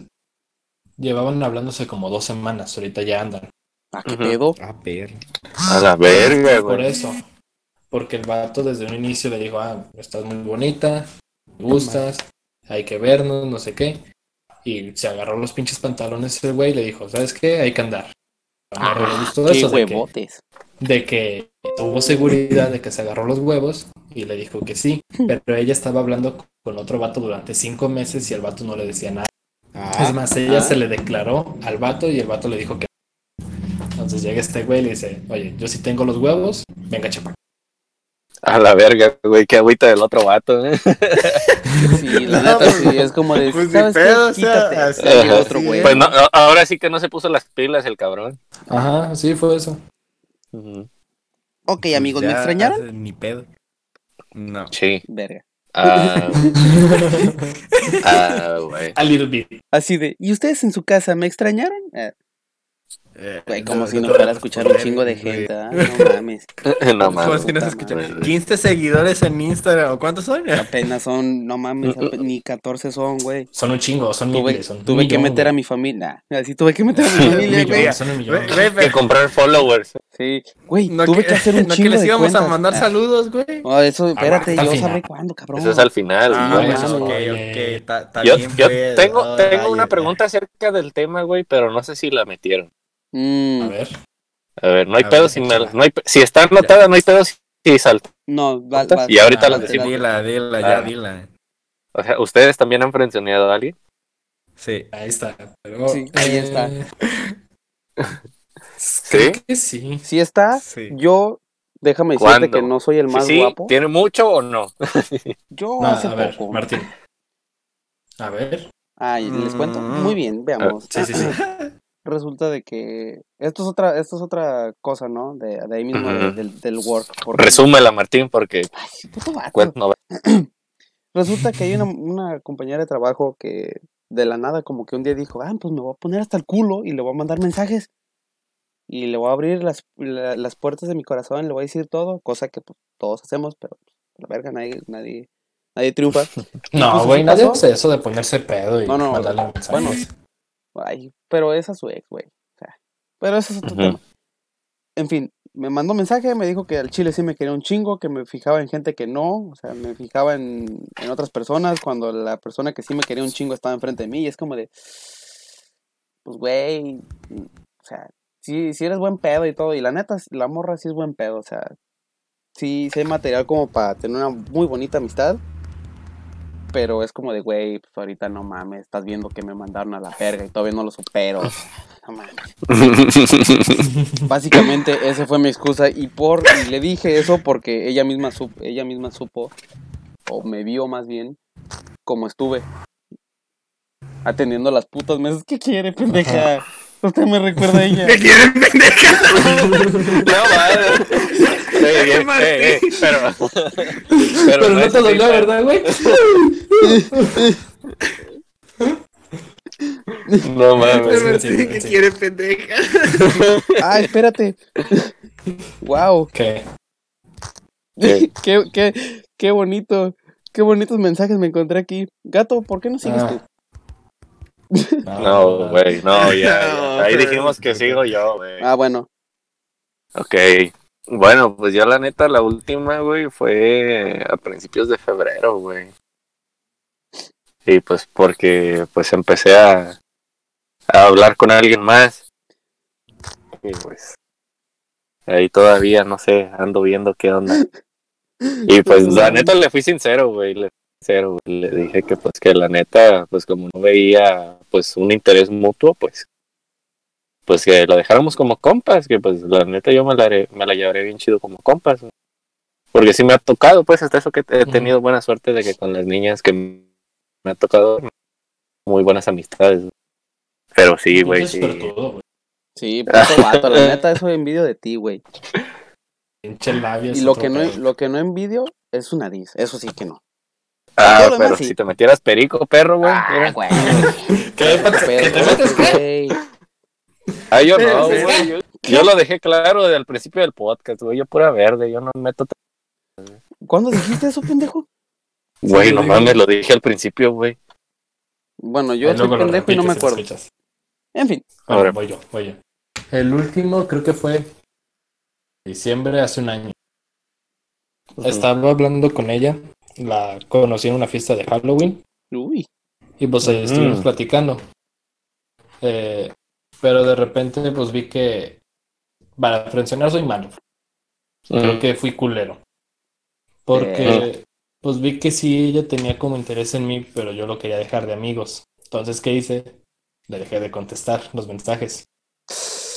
Speaker 2: llevaban hablándose como dos semanas, ahorita ya andan.
Speaker 1: ¿A Ah, qué
Speaker 3: Ujú.
Speaker 1: pedo?
Speaker 4: Ah, perro.
Speaker 3: A la verga,
Speaker 2: Por
Speaker 3: güey.
Speaker 2: eso. porque el vato desde un inicio le dijo, ah, estás muy bonita, me gustas, hay que vernos, no sé qué. Y se agarró los pinches pantalones el güey y le dijo, ¿sabes qué? Hay que andar. A mí me gustó
Speaker 1: Ah, qué
Speaker 2: eso de que-
Speaker 1: huevotes.
Speaker 2: de que tuvo seguridad de que se agarró los huevos y le dijo que sí, pero ella estaba hablando con otro vato durante cinco meses y el vato no le decía nada. es más, ella
Speaker 1: ah.
Speaker 2: se le declaró al vato y el vato le dijo que no. entonces llega este güey y le dice, oye, yo sí tengo los huevos, venga chapa.
Speaker 3: A la verga, güey, qué agüita del otro vato, ¿eh?
Speaker 1: Sí, la
Speaker 5: No,
Speaker 1: neta,
Speaker 5: pues,
Speaker 1: sí, es como de,
Speaker 5: pues, ni
Speaker 1: ¿sabes qué?
Speaker 5: pedo, o sea,
Speaker 1: Quítate.
Speaker 5: así
Speaker 1: Y
Speaker 3: es,
Speaker 1: otro
Speaker 5: así
Speaker 1: güey.
Speaker 5: es.
Speaker 3: Pues no, no, ahora sí que no se puso las pilas el cabrón.
Speaker 2: Ajá, sí fue eso.
Speaker 3: Ujú.
Speaker 1: Ok, amigos, ¿me
Speaker 5: Ya,
Speaker 1: extrañaron?
Speaker 5: Ni pedo. No.
Speaker 3: Sí.
Speaker 1: Verga.
Speaker 3: Ah, ah, güey.
Speaker 2: A little bit.
Speaker 1: Así de, ¿y ustedes en su casa me extrañaron? Eh,
Speaker 5: Eh,
Speaker 1: güey, como
Speaker 5: no,
Speaker 1: si no
Speaker 5: no
Speaker 1: fuera a
Speaker 5: te
Speaker 1: escuchar un
Speaker 5: responder,
Speaker 1: chingo de
Speaker 5: güey.
Speaker 1: gente, ah, no mames.
Speaker 3: No
Speaker 5: Como
Speaker 3: mames.
Speaker 5: si no se
Speaker 1: puta
Speaker 5: escuchara.
Speaker 3: madre.
Speaker 5: 15 seguidores en Instagram. ¿o ¿Cuántos son?
Speaker 1: Apenas son, no mames, ape- ni 14 son, güey.
Speaker 2: Son un chingo, son
Speaker 1: Tuve,
Speaker 2: miles, son un
Speaker 1: tuve que
Speaker 2: millón,
Speaker 1: meter a
Speaker 2: güey.
Speaker 1: mi familia. nah, Así tuve que meter a mi
Speaker 2: Un
Speaker 1: familia,
Speaker 5: Mira,
Speaker 2: millón,
Speaker 1: güey.
Speaker 5: mira,
Speaker 2: son un millón.
Speaker 5: Güey, güey,
Speaker 3: Que
Speaker 5: pero
Speaker 3: comprar followers.
Speaker 1: Sí, güey,
Speaker 5: no
Speaker 1: tuve que,
Speaker 5: que,
Speaker 1: hacer un
Speaker 5: no que
Speaker 1: chingo
Speaker 5: les
Speaker 1: de
Speaker 5: íbamos a
Speaker 1: cuentas.
Speaker 5: mandar
Speaker 1: Ah,
Speaker 5: saludos, güey.
Speaker 1: No, eso, espérate,
Speaker 2: Aguanta,
Speaker 1: yo
Speaker 2: final.
Speaker 1: sabré cuándo, cabrón.
Speaker 3: Eso es al final,
Speaker 5: Ah,
Speaker 3: güey.
Speaker 5: bueno, ok,
Speaker 2: oye.
Speaker 5: ok. ta- ta
Speaker 3: Yo,
Speaker 5: bien,
Speaker 3: yo
Speaker 5: pues,
Speaker 3: tengo,
Speaker 5: no,
Speaker 3: tengo
Speaker 5: rayos,
Speaker 3: una
Speaker 5: ya.
Speaker 3: pregunta acerca del tema, güey, pero no sé si la metieron.
Speaker 1: Mm,
Speaker 2: A ver,
Speaker 3: A ver, no hay
Speaker 5: A
Speaker 3: pedo
Speaker 5: ver,
Speaker 3: si me-
Speaker 5: échala.
Speaker 3: no hay pe- si está anotada, no hay pedo si, si salta.
Speaker 1: no, va,
Speaker 3: ¿Cuántas?
Speaker 1: va-
Speaker 3: Y ahorita
Speaker 1: va-
Speaker 3: las
Speaker 1: va-
Speaker 3: decimos.
Speaker 5: Dila, dila,
Speaker 3: Ah.
Speaker 5: ya, dila.
Speaker 3: O sea, ustedes también han frencionado a alguien.
Speaker 5: Sí.
Speaker 2: ahí está. Pero, eh,
Speaker 1: Sí, ahí está.
Speaker 2: Creo que sí.
Speaker 1: Si está,
Speaker 5: Sí.
Speaker 1: yo, déjame decirte
Speaker 3: ¿Cuándo?
Speaker 1: que no soy el
Speaker 3: Si
Speaker 1: más
Speaker 3: sí,
Speaker 1: guapo.
Speaker 3: ¿tiene mucho o no?
Speaker 1: Yo
Speaker 2: No,
Speaker 1: hace
Speaker 2: a ver,
Speaker 1: poco.
Speaker 2: Martín. A ver.
Speaker 1: Ay, les cuento.
Speaker 5: Mm.
Speaker 1: Muy bien, veamos.
Speaker 2: Sí, sí, sí.
Speaker 1: Resulta de que esto es otra, esto es otra cosa, ¿no? De, de ahí mismo de-
Speaker 3: Ujú.
Speaker 1: del, del work. porque-
Speaker 3: Resúmela, Martín, porque
Speaker 1: Ay, puto vato.
Speaker 3: cuento no
Speaker 1: Resulta que hay una, una compañera de trabajo que de la nada como que un día dijo, ah, pues me voy a poner hasta el culo y le voy a mandar mensajes. Y le voy a abrir las, la- las puertas de mi corazón, le voy a decir todo, cosa que pues, todos hacemos, pero pues, la verga, nadie, nadie, nadie triunfa.
Speaker 2: No,
Speaker 1: Incluso
Speaker 2: güey,
Speaker 1: sí
Speaker 2: nadie
Speaker 1: pasó.
Speaker 2: hace eso de ponerse pedo y
Speaker 1: No, no,
Speaker 2: mandarle
Speaker 1: bueno,
Speaker 2: mensajes.
Speaker 1: Ay, pero esa es su ex, güey. O sea, pero ese es otro
Speaker 3: Ujú.
Speaker 1: tema. En fin, me mandó mensaje, me dijo que al chile sí me quería un chingo, que me fijaba en gente que no, o sea, me fijaba en, en otras personas cuando la persona que sí me quería un chingo estaba enfrente de mí y es como de, pues, güey, o sea, sí, sí eres buen pedo y todo, y la neta, la morra sí es buen pedo, o sea, sí, sí hay material como para tener una muy bonita amistad. Pero es como de, güey, pues ahorita no mames, estás viendo que me mandaron a la verga y todavía no lo supero. No mames. Básicamente esa fue mi excusa y por y le dije eso porque ella misma supo, ella misma supo o me vio más bien cómo estuve atendiendo las putas mesas. ¿Qué quiere, pendeja? Usted me recuerda a ella.
Speaker 5: quieren, pendeja?
Speaker 3: No, madre. Eh, eh, eh, eh, pero,
Speaker 2: Pero no
Speaker 3: es
Speaker 2: te
Speaker 3: así,
Speaker 2: dolió,
Speaker 3: pero-
Speaker 2: ¿verdad, güey?
Speaker 3: No mames.
Speaker 2: Martín, ¿qué quiere,
Speaker 5: pendeja?
Speaker 1: Ah, espérate. Wow.
Speaker 2: ¿Qué?
Speaker 1: qué, qué, qué bonito. Qué bonitos mensajes me encontré aquí. Gato, ¿por qué no sigues tú?
Speaker 2: Ah.
Speaker 3: No, güey, no, ya, ya. Ahí
Speaker 5: No,
Speaker 3: dijimos que
Speaker 5: pero-
Speaker 3: sigo yo, güey.
Speaker 1: Ah, bueno.
Speaker 3: Ok. Bueno, pues yo la neta, la última, güey, fue a principios de febrero, güey. Y pues porque pues empecé a, a hablar con alguien más. Y pues ahí todavía, no sé, ando viendo qué onda. Y pues la neta le fui sincero, güey, le fui sincero, güey. Le dije que pues que la neta, pues como no veía pues un interés mutuo, pues pues que lo dejáramos como compas, que pues la neta yo me la, haré- me la llevaré bien chido como compas. güey. Porque sí me ha tocado, pues hasta eso que he
Speaker 2: Ujú.
Speaker 3: tenido buena suerte de que con las niñas que me ha tocado muy buenas amistades. güey. Pero sí, güey,
Speaker 2: Pinche
Speaker 3: sí.
Speaker 2: suertudo, güey.
Speaker 1: Sí, puto vato, la neta, eso envidio de ti, güey.
Speaker 2: Pinche labia.
Speaker 1: Y lo que no, lo que no envidio es una nariz, eso sí que no.
Speaker 3: Ah,
Speaker 1: Todo lo demás
Speaker 3: pero
Speaker 1: sí.
Speaker 3: si te metieras perico, perro, güey. mira.
Speaker 1: Ah, güey.
Speaker 2: ¿Qué? ¿Que te metes qué?
Speaker 1: güey.
Speaker 3: Ah, yo
Speaker 5: Pero,
Speaker 3: no,
Speaker 5: ¿sí?
Speaker 3: güey. Yo, yo lo dejé claro desde el principio del podcast, güey. Yo pura verde, yo no meto. t-
Speaker 1: ¿Cuándo dijiste eso, pendejo?
Speaker 3: Güey,
Speaker 2: Sí,
Speaker 3: no
Speaker 2: sí.
Speaker 3: mames, lo dije al principio, güey.
Speaker 1: Bueno, yo
Speaker 2: Ahí
Speaker 1: soy
Speaker 2: luego lo
Speaker 1: pendejo y no me
Speaker 2: repites si lo
Speaker 1: acuerdo.
Speaker 2: escuchas.
Speaker 1: En fin,
Speaker 2: Bueno,
Speaker 3: Ahora.
Speaker 2: voy yo, voy yo. El último creo que fue diciembre hace un año.
Speaker 1: Ujú.
Speaker 2: Estaba hablando con ella, la conocí en una fiesta de Halloween
Speaker 1: Uy.
Speaker 2: y pues ahí estuvimos
Speaker 3: Mm.
Speaker 2: platicando. Eh, pero de repente pues vi que para frencionar soy malo.
Speaker 3: Mm.
Speaker 2: Creo que fui culero. Porque
Speaker 3: Eh.
Speaker 2: pues vi que sí ella tenía como interés en mí, pero yo lo quería dejar de amigos. Entonces, ¿qué hice? Le dejé de contestar los mensajes.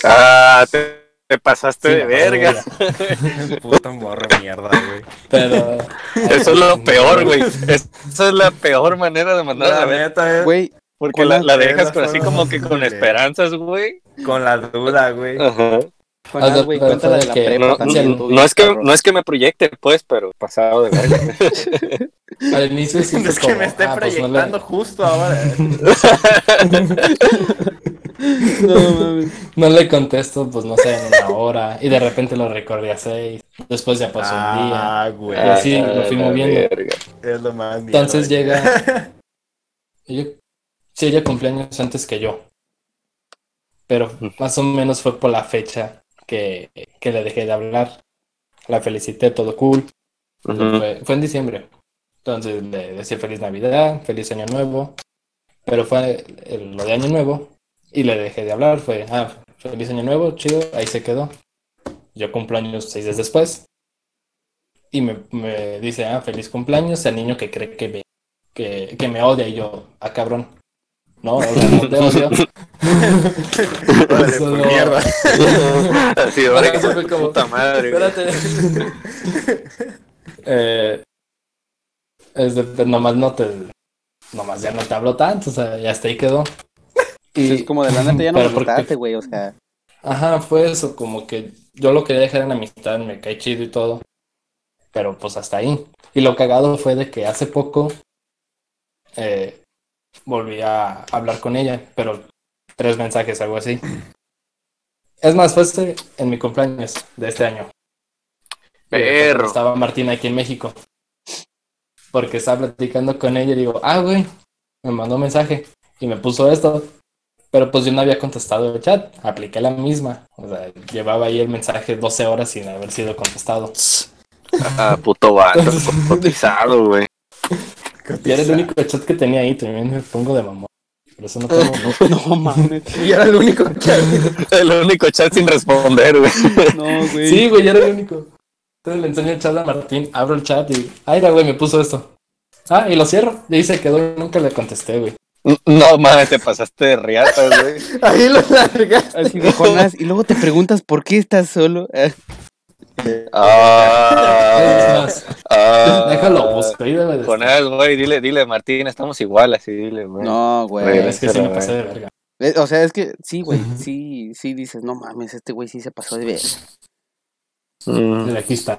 Speaker 3: Ah, te, te pasaste
Speaker 2: Sí,
Speaker 3: de
Speaker 2: la
Speaker 3: verga.
Speaker 5: Puta morra mierda, güey.
Speaker 2: Pero
Speaker 3: Eso es lo peor, güey. Es- Esa es la peor manera de mandar a la
Speaker 5: la
Speaker 3: verga.
Speaker 5: neta
Speaker 4: Eh,
Speaker 5: es
Speaker 1: Güey,
Speaker 3: Porque
Speaker 1: con
Speaker 3: la,
Speaker 1: la-
Speaker 3: la dejas
Speaker 5: la
Speaker 3: con así
Speaker 5: forma
Speaker 3: como
Speaker 5: más
Speaker 3: que con
Speaker 5: horrible.
Speaker 3: esperanzas, güey.
Speaker 5: con la duda, güey.
Speaker 3: Ajá.
Speaker 1: Juanás,
Speaker 2: Ah, no,
Speaker 1: güey,
Speaker 2: pero
Speaker 1: cuéntala de la
Speaker 2: fue de que-
Speaker 1: prepa
Speaker 3: Eh, No,
Speaker 1: también,
Speaker 2: no,
Speaker 1: tú,
Speaker 3: No es, que,
Speaker 1: cabrón.
Speaker 3: no es que me proyecte, pues, pero pasado de verga.
Speaker 2: al inicio sí fue
Speaker 5: Es que
Speaker 2: como,
Speaker 5: me esté
Speaker 2: "Ah, pues, no le-
Speaker 5: proyectando justo ahora.
Speaker 4: Pues
Speaker 2: No le contesto, pues no sé, en una hora. Y de repente lo recordé a seis. Después ya pasó un día.
Speaker 5: Ah, güey.
Speaker 2: Ah, sí,
Speaker 3: Ah,
Speaker 2: lo fui
Speaker 3: la
Speaker 2: moviendo.
Speaker 3: verga.
Speaker 5: Es lo más mierda.
Speaker 2: Entonces llega. Ella... Sí, ella cumplió años antes que yo. Pero más o menos fue por la fecha que, que le dejé de hablar. La felicité, todo cool.
Speaker 3: Ujú.
Speaker 2: Fue, fue en diciembre. Entonces le decía feliz Navidad, feliz Año Nuevo. Pero fue el- lo de Año Nuevo y le dejé de hablar. Fue, ah, feliz Año Nuevo, chido, ahí se quedó. Yo cumpleaños seis días después. Y me, me dice, ah, feliz cumpleaños al niño que cree que me, que, que me odia. Y yo, ah, cabrón. No, o sea, no te odio.
Speaker 5: Órale,
Speaker 2: Eso
Speaker 5: por
Speaker 2: no.
Speaker 5: mierda.
Speaker 3: Así, ahora que
Speaker 2: Eso fue como-
Speaker 3: puta madre. güey.
Speaker 2: Eh, es de- de- nomás no te. Nomás ya no te hablo tanto, o sea, y hasta ahí quedó. Y,
Speaker 1: Es como de la neta ya no
Speaker 2: Pero
Speaker 1: me
Speaker 2: porque-
Speaker 1: gustaste, güey, o sea.
Speaker 2: Ajá, fue eso, como que yo lo quería dejar en amistad, me cae chido y todo. Pero pues hasta ahí. Y lo cagado fue de que hace poco eh, volví a hablar con ella, pero tres mensajes, algo así. Es más, fue este- en mi cumpleaños de este año. Y fue cuando
Speaker 3: Perro.
Speaker 2: Estaba Martina aquí en México. Porque estaba platicando con ella y digo, ah, güey, me mandó un mensaje y me puso esto. Pero pues yo no había contestado el chat, apliqué la misma. O sea, llevaba ahí el mensaje 12 horas sin haber sido contestado.
Speaker 3: Ah, puto vato, cotizado, güey.
Speaker 2: Y era el único chat que tenía ahí, también me pongo de mamón. Por eso no tengo
Speaker 1: Ah, No mames.
Speaker 4: Y era el único que había.
Speaker 3: El único chat sin responder, güey.
Speaker 1: No, güey.
Speaker 2: Sí, güey, yo era el único. Entonces le enseño el chat a Martín, abro el chat y. Ay, la güey, me puso esto. Ah, y lo cierro. Y ahí se quedó y nunca le contesté, güey.
Speaker 3: No mames, te pasaste de riata, güey.
Speaker 4: Ahí lo largaste.
Speaker 1: Así de Jonás, y luego te preguntas por qué estás solo. Ah,
Speaker 2: Es
Speaker 3: Ah,
Speaker 2: más,
Speaker 3: ah,
Speaker 2: déjalo, busco. Ahí
Speaker 1: Este,
Speaker 2: debe de
Speaker 3: Con
Speaker 2: estar.
Speaker 3: él, güey, dile, dile, Martín, estamos igual, así, dile, güey.
Speaker 1: No, güey.
Speaker 2: Es que sí me pasé de verga.
Speaker 1: Eh, O sea, es que sí, güey. Sí, sí dices, no mames, este güey sí se pasó de ver.
Speaker 3: Mm.
Speaker 1: Mm.
Speaker 2: Mira, aquí está.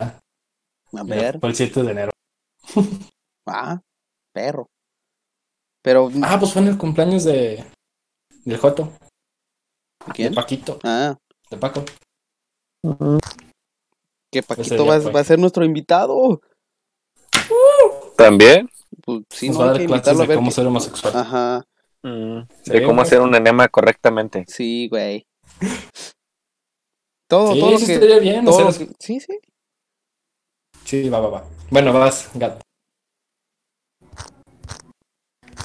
Speaker 1: A
Speaker 2: Mira,
Speaker 1: ver,
Speaker 2: Fue el 7 de enero.
Speaker 1: ah, perro. Pero,
Speaker 2: Ah, pues fue en el cumpleaños de. Del Joto, de
Speaker 1: ¿quién?
Speaker 2: Paquito,
Speaker 1: Ah,
Speaker 2: de Paco.
Speaker 1: que
Speaker 2: Ese
Speaker 1: Paquito
Speaker 2: ya
Speaker 1: va,
Speaker 2: fue.
Speaker 1: va a ser nuestro invitado.
Speaker 3: ¿También?
Speaker 1: Pues sí,
Speaker 2: Nos
Speaker 1: no,
Speaker 2: va a
Speaker 1: hay
Speaker 2: dar
Speaker 1: que
Speaker 2: clases
Speaker 1: invitarlo a
Speaker 2: de
Speaker 1: ver.
Speaker 2: cómo
Speaker 1: qué- Ah,
Speaker 2: ser homosexual.
Speaker 1: Ajá, Mm,
Speaker 3: De cómo hacer un enema correctamente.
Speaker 1: sí, güey. Todo,
Speaker 2: Sí,
Speaker 1: todo lo
Speaker 2: sí
Speaker 1: que.
Speaker 2: estaría bien.
Speaker 1: todo
Speaker 2: hacer
Speaker 1: lo
Speaker 2: eso.
Speaker 1: que- sí, sí.
Speaker 2: Sí, va, va, va. Bueno, vas, gato.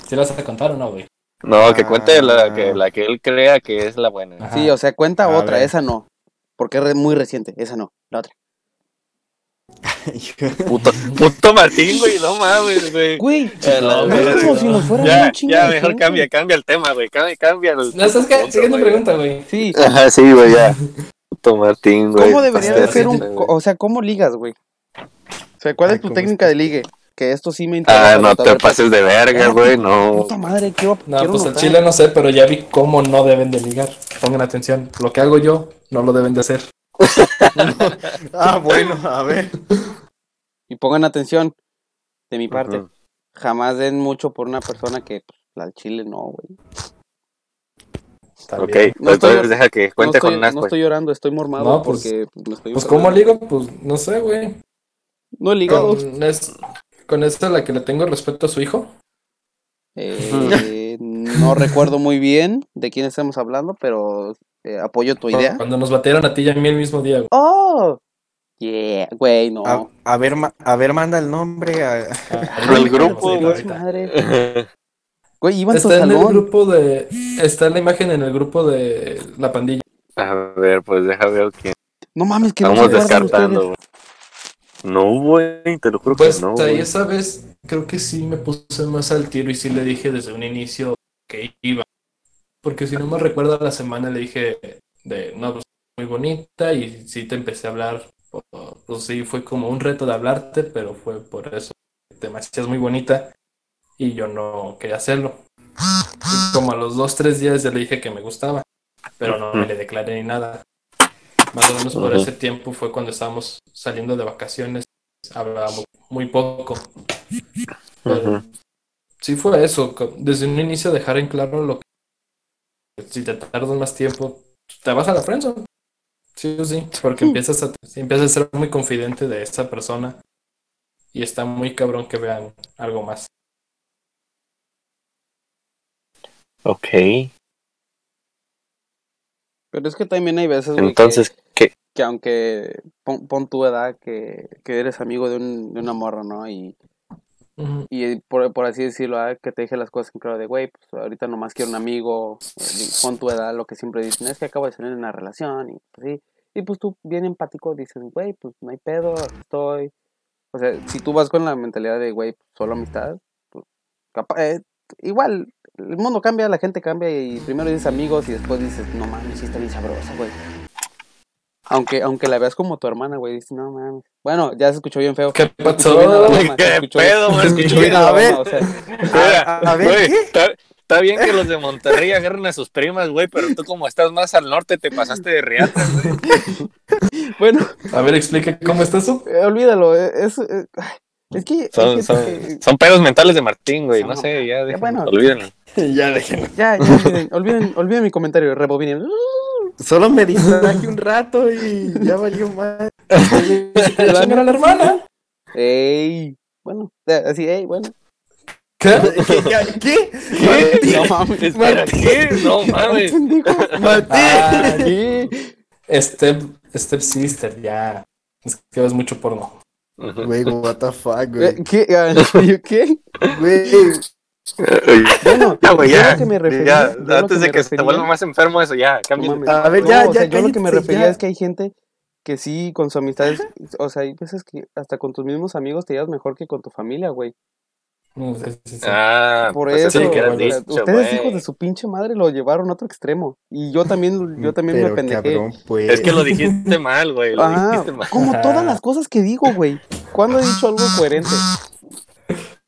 Speaker 2: ¿Sí las vas a contar o no, güey?
Speaker 3: No, que cuente la que,
Speaker 5: Ah.
Speaker 3: la que él crea que es la buena.
Speaker 2: Ajá.
Speaker 1: Sí, o sea, cuenta
Speaker 5: A
Speaker 1: otra,
Speaker 5: ver.
Speaker 1: esa no. Porque es re- muy reciente, esa no, la otra.
Speaker 3: Puto, puto Martín, güey, no mames, güey.
Speaker 1: Güey,
Speaker 3: A Eh, la
Speaker 1: no es
Speaker 3: verga.
Speaker 1: como si nos fuera
Speaker 3: Ya,
Speaker 1: un chingo
Speaker 3: ya,
Speaker 1: de
Speaker 3: mejor
Speaker 1: gente.
Speaker 3: cambia, cambia el tema, güey. Cambia, cambia el.
Speaker 2: No, estás
Speaker 3: punto,
Speaker 2: que, siguiendo
Speaker 3: güey.
Speaker 2: pregunta, güey.
Speaker 1: Sí,
Speaker 3: Ajá, sí, güey, ya. Puto Martín, güey.
Speaker 1: ¿Cómo debería de
Speaker 2: pastel,
Speaker 1: ser un...
Speaker 2: pues, güey.
Speaker 1: co- O sea, ¿cómo ligas, güey? O sea, ¿cuál
Speaker 5: Ay,
Speaker 1: es tu
Speaker 5: ¿cómo
Speaker 1: técnica de ligue? Que esto sí me interesa.
Speaker 3: Ah, no
Speaker 1: doctor,
Speaker 3: te pases de verga, güey, no.
Speaker 1: Puta madre, quiero...
Speaker 2: No,
Speaker 1: quiero
Speaker 2: pues el
Speaker 1: notar.
Speaker 2: chile no sé, pero ya vi cómo no deben de ligar. Pongan atención. Lo que hago yo, no lo deben de hacer.
Speaker 5: Ah, bueno, a ver.
Speaker 1: Y pongan atención, de mi parte.
Speaker 3: Ujú.
Speaker 1: Jamás den mucho por una persona que... pues, la del chile no, güey.
Speaker 2: Está
Speaker 3: Ok,
Speaker 2: bien.
Speaker 1: No
Speaker 3: pues
Speaker 1: estoy-
Speaker 3: entonces deja que
Speaker 1: No,
Speaker 3: cuente
Speaker 1: estoy,
Speaker 3: con Nas,
Speaker 1: no
Speaker 3: pues.
Speaker 1: estoy llorando, estoy mormado
Speaker 2: No, pues-
Speaker 1: porque... me estoy
Speaker 2: Pues,
Speaker 1: enfermando.
Speaker 2: ¿cómo ligo? Pues, no sé, güey.
Speaker 1: No he ligado.
Speaker 2: Con, es, con esta la que le tengo respeto a su hijo.
Speaker 1: Eh, no recuerdo muy bien de quién estamos hablando, pero eh, apoyo tu idea.
Speaker 2: Ah. Cuando nos batieron a ti y a mí el mismo día, güey.
Speaker 1: ¡Oh! Yeah, güey, no.
Speaker 3: Ah,
Speaker 4: A, a ver, ma- a ver, manda el nombre. a-
Speaker 1: Ah,
Speaker 2: Ah,
Speaker 3: Al grupo,
Speaker 2: Sí,
Speaker 1: güey.
Speaker 2: ahorita.
Speaker 1: Madre. Güey, iba en tu
Speaker 2: Está en el
Speaker 1: salón.
Speaker 2: grupo de. Está la imagen en el grupo de la pandilla.
Speaker 3: A ver, pues deja ver quién.
Speaker 1: No mames, que no
Speaker 3: Estamos
Speaker 1: se acuerdan
Speaker 3: descartando,
Speaker 1: ustedes.
Speaker 3: güey. No, güey, te lo juro
Speaker 2: Pues
Speaker 3: que no.
Speaker 2: ahí
Speaker 3: güey.
Speaker 2: esa vez creo que sí me puse más al tiro y sí le dije desde un inicio que iba. Porque si no me recuerda la semana le dije de no, pues muy bonita y sí te empecé a hablar. o- o- Pues sí, fue como un reto de hablarte, pero fue por eso. Te me hacías muy bonita y yo no quería hacerlo. Y como a los dos, tres días ya le dije que me gustaba, pero no me le declaré ni nada. Más o menos por
Speaker 3: Ujú.
Speaker 2: ese tiempo fue cuando estábamos saliendo de vacaciones, hablábamos muy poco. Pero
Speaker 3: Ujú.
Speaker 2: sí fue eso, co- desde un inicio dejar en claro lo que si te tardas más tiempo, te vas a la prensa. Sí o sí, porque empiezas a, empiezas a ser muy confidente de esa persona y está muy cabrón que vean algo más.
Speaker 3: Ok.
Speaker 1: Pero es que también hay veces, güey,
Speaker 3: Entonces, ¿qué?
Speaker 1: que aunque pon, pon tu edad que, que eres amigo de, un, de una morra, ¿no? Y,
Speaker 2: Ujú.
Speaker 1: y eh, por, por así decirlo, ah, que te dije las cosas en claro de, güey, pues ahorita nomás quiero un amigo, eh, pon tu edad, lo que siempre dicen, es que acabo de salir en una relación y pues sí. Y pues tú bien empático dices, güey, pues no hay pedo, aquí estoy. O sea, si tú vas con la mentalidad de, güey, solo amistad, pues, capa- eh, igual, el mundo cambia, la gente cambia y primero dices amigos y después dices, no mames, sí está bien sabrosa, güey. Aunque, aunque la veas como tu hermana, güey, dices, no mames. Bueno, ya se escuchó bien feo.
Speaker 2: ¿Qué
Speaker 1: Se
Speaker 2: pasó?
Speaker 1: escuchó bien a la broma, se
Speaker 3: ¿Qué
Speaker 1: escuchó
Speaker 3: pedo,
Speaker 1: bien-
Speaker 3: güey?
Speaker 1: se escuchó
Speaker 4: Escuché
Speaker 1: bien a la
Speaker 4: a ver.
Speaker 1: broma, o sea,
Speaker 3: Mira,
Speaker 4: a- a ver,
Speaker 3: güey,
Speaker 4: ¿qué?
Speaker 3: Está, está bien que los de Monterrey agarren a sus primas, güey, pero tú como estás más al norte te pasaste de riata.
Speaker 1: Bueno,
Speaker 2: A ver, explica cómo está eso.
Speaker 1: eh, olvídalo. eh, Es, eh, ay, es que. hay
Speaker 3: Son,
Speaker 1: gente
Speaker 3: son,
Speaker 1: que-
Speaker 3: son pedos mentales de Martín, güey. No
Speaker 1: Son-
Speaker 3: sé, ya déjenlo,
Speaker 1: bueno.
Speaker 3: olvídenlo.
Speaker 4: ya déjenlo.
Speaker 1: Ya, ya, olviden, olviden, olviden mi comentario, rebobinen.
Speaker 4: Solo me distraje un rato y ya valió más.
Speaker 2: La a la hermana.
Speaker 1: Ey, bueno, eh, así, ey, bueno.
Speaker 2: ¿Qué?
Speaker 4: ¿Qué? ¿Qué?
Speaker 3: ¿Qué?
Speaker 1: No mames.
Speaker 3: Espera, ¿qué? No mames.
Speaker 1: pendejo.
Speaker 2: Ah,
Speaker 1: Sí.
Speaker 2: Step, Step Sister, ya. Es que ves mucho porno.
Speaker 4: Güey, what the fuck,
Speaker 1: Eh,
Speaker 4: güey.
Speaker 1: ¿Qué? Ah, ¿yo ¿Qué?
Speaker 4: Güey,
Speaker 1: Bueno,
Speaker 3: Ya, güey,
Speaker 1: yo
Speaker 3: ya.
Speaker 1: lo que me refería,
Speaker 3: Ya,
Speaker 1: yo lo
Speaker 3: antes
Speaker 1: que
Speaker 3: de
Speaker 1: me
Speaker 3: que se te
Speaker 1: refería-
Speaker 3: vuelva más enfermo eso, ya,
Speaker 1: No
Speaker 3: cambia.
Speaker 1: mames.
Speaker 4: A ver,
Speaker 1: No,
Speaker 4: ya,
Speaker 1: o sea,
Speaker 4: ya,
Speaker 1: yo lo que me
Speaker 4: cállense,
Speaker 1: refería
Speaker 4: ya.
Speaker 1: es que hay gente que sí, con sus amistades, o sea, hay veces que hasta con tus mismos amigos te llevas mejor que con tu familia, güey.
Speaker 2: No, sí, sí, sí.
Speaker 3: Ah,
Speaker 1: Por
Speaker 3: pues
Speaker 1: eso,
Speaker 3: es lo que
Speaker 2: hubieras
Speaker 1: o
Speaker 3: has
Speaker 1: sea,
Speaker 3: dicho,
Speaker 1: ustedes
Speaker 3: güey.
Speaker 1: hijos de su pinche madre lo llevaron a otro extremo. Y yo también, yo también
Speaker 4: Mm, Pero,
Speaker 1: me pendejé.
Speaker 4: cabrón, pues.
Speaker 3: Es que lo dijiste mal, güey. Lo
Speaker 1: Ajá,
Speaker 3: dijiste mal.
Speaker 1: como
Speaker 2: Ajá.
Speaker 1: todas las cosas que digo, güey. ¿Cuándo he dicho algo coherente?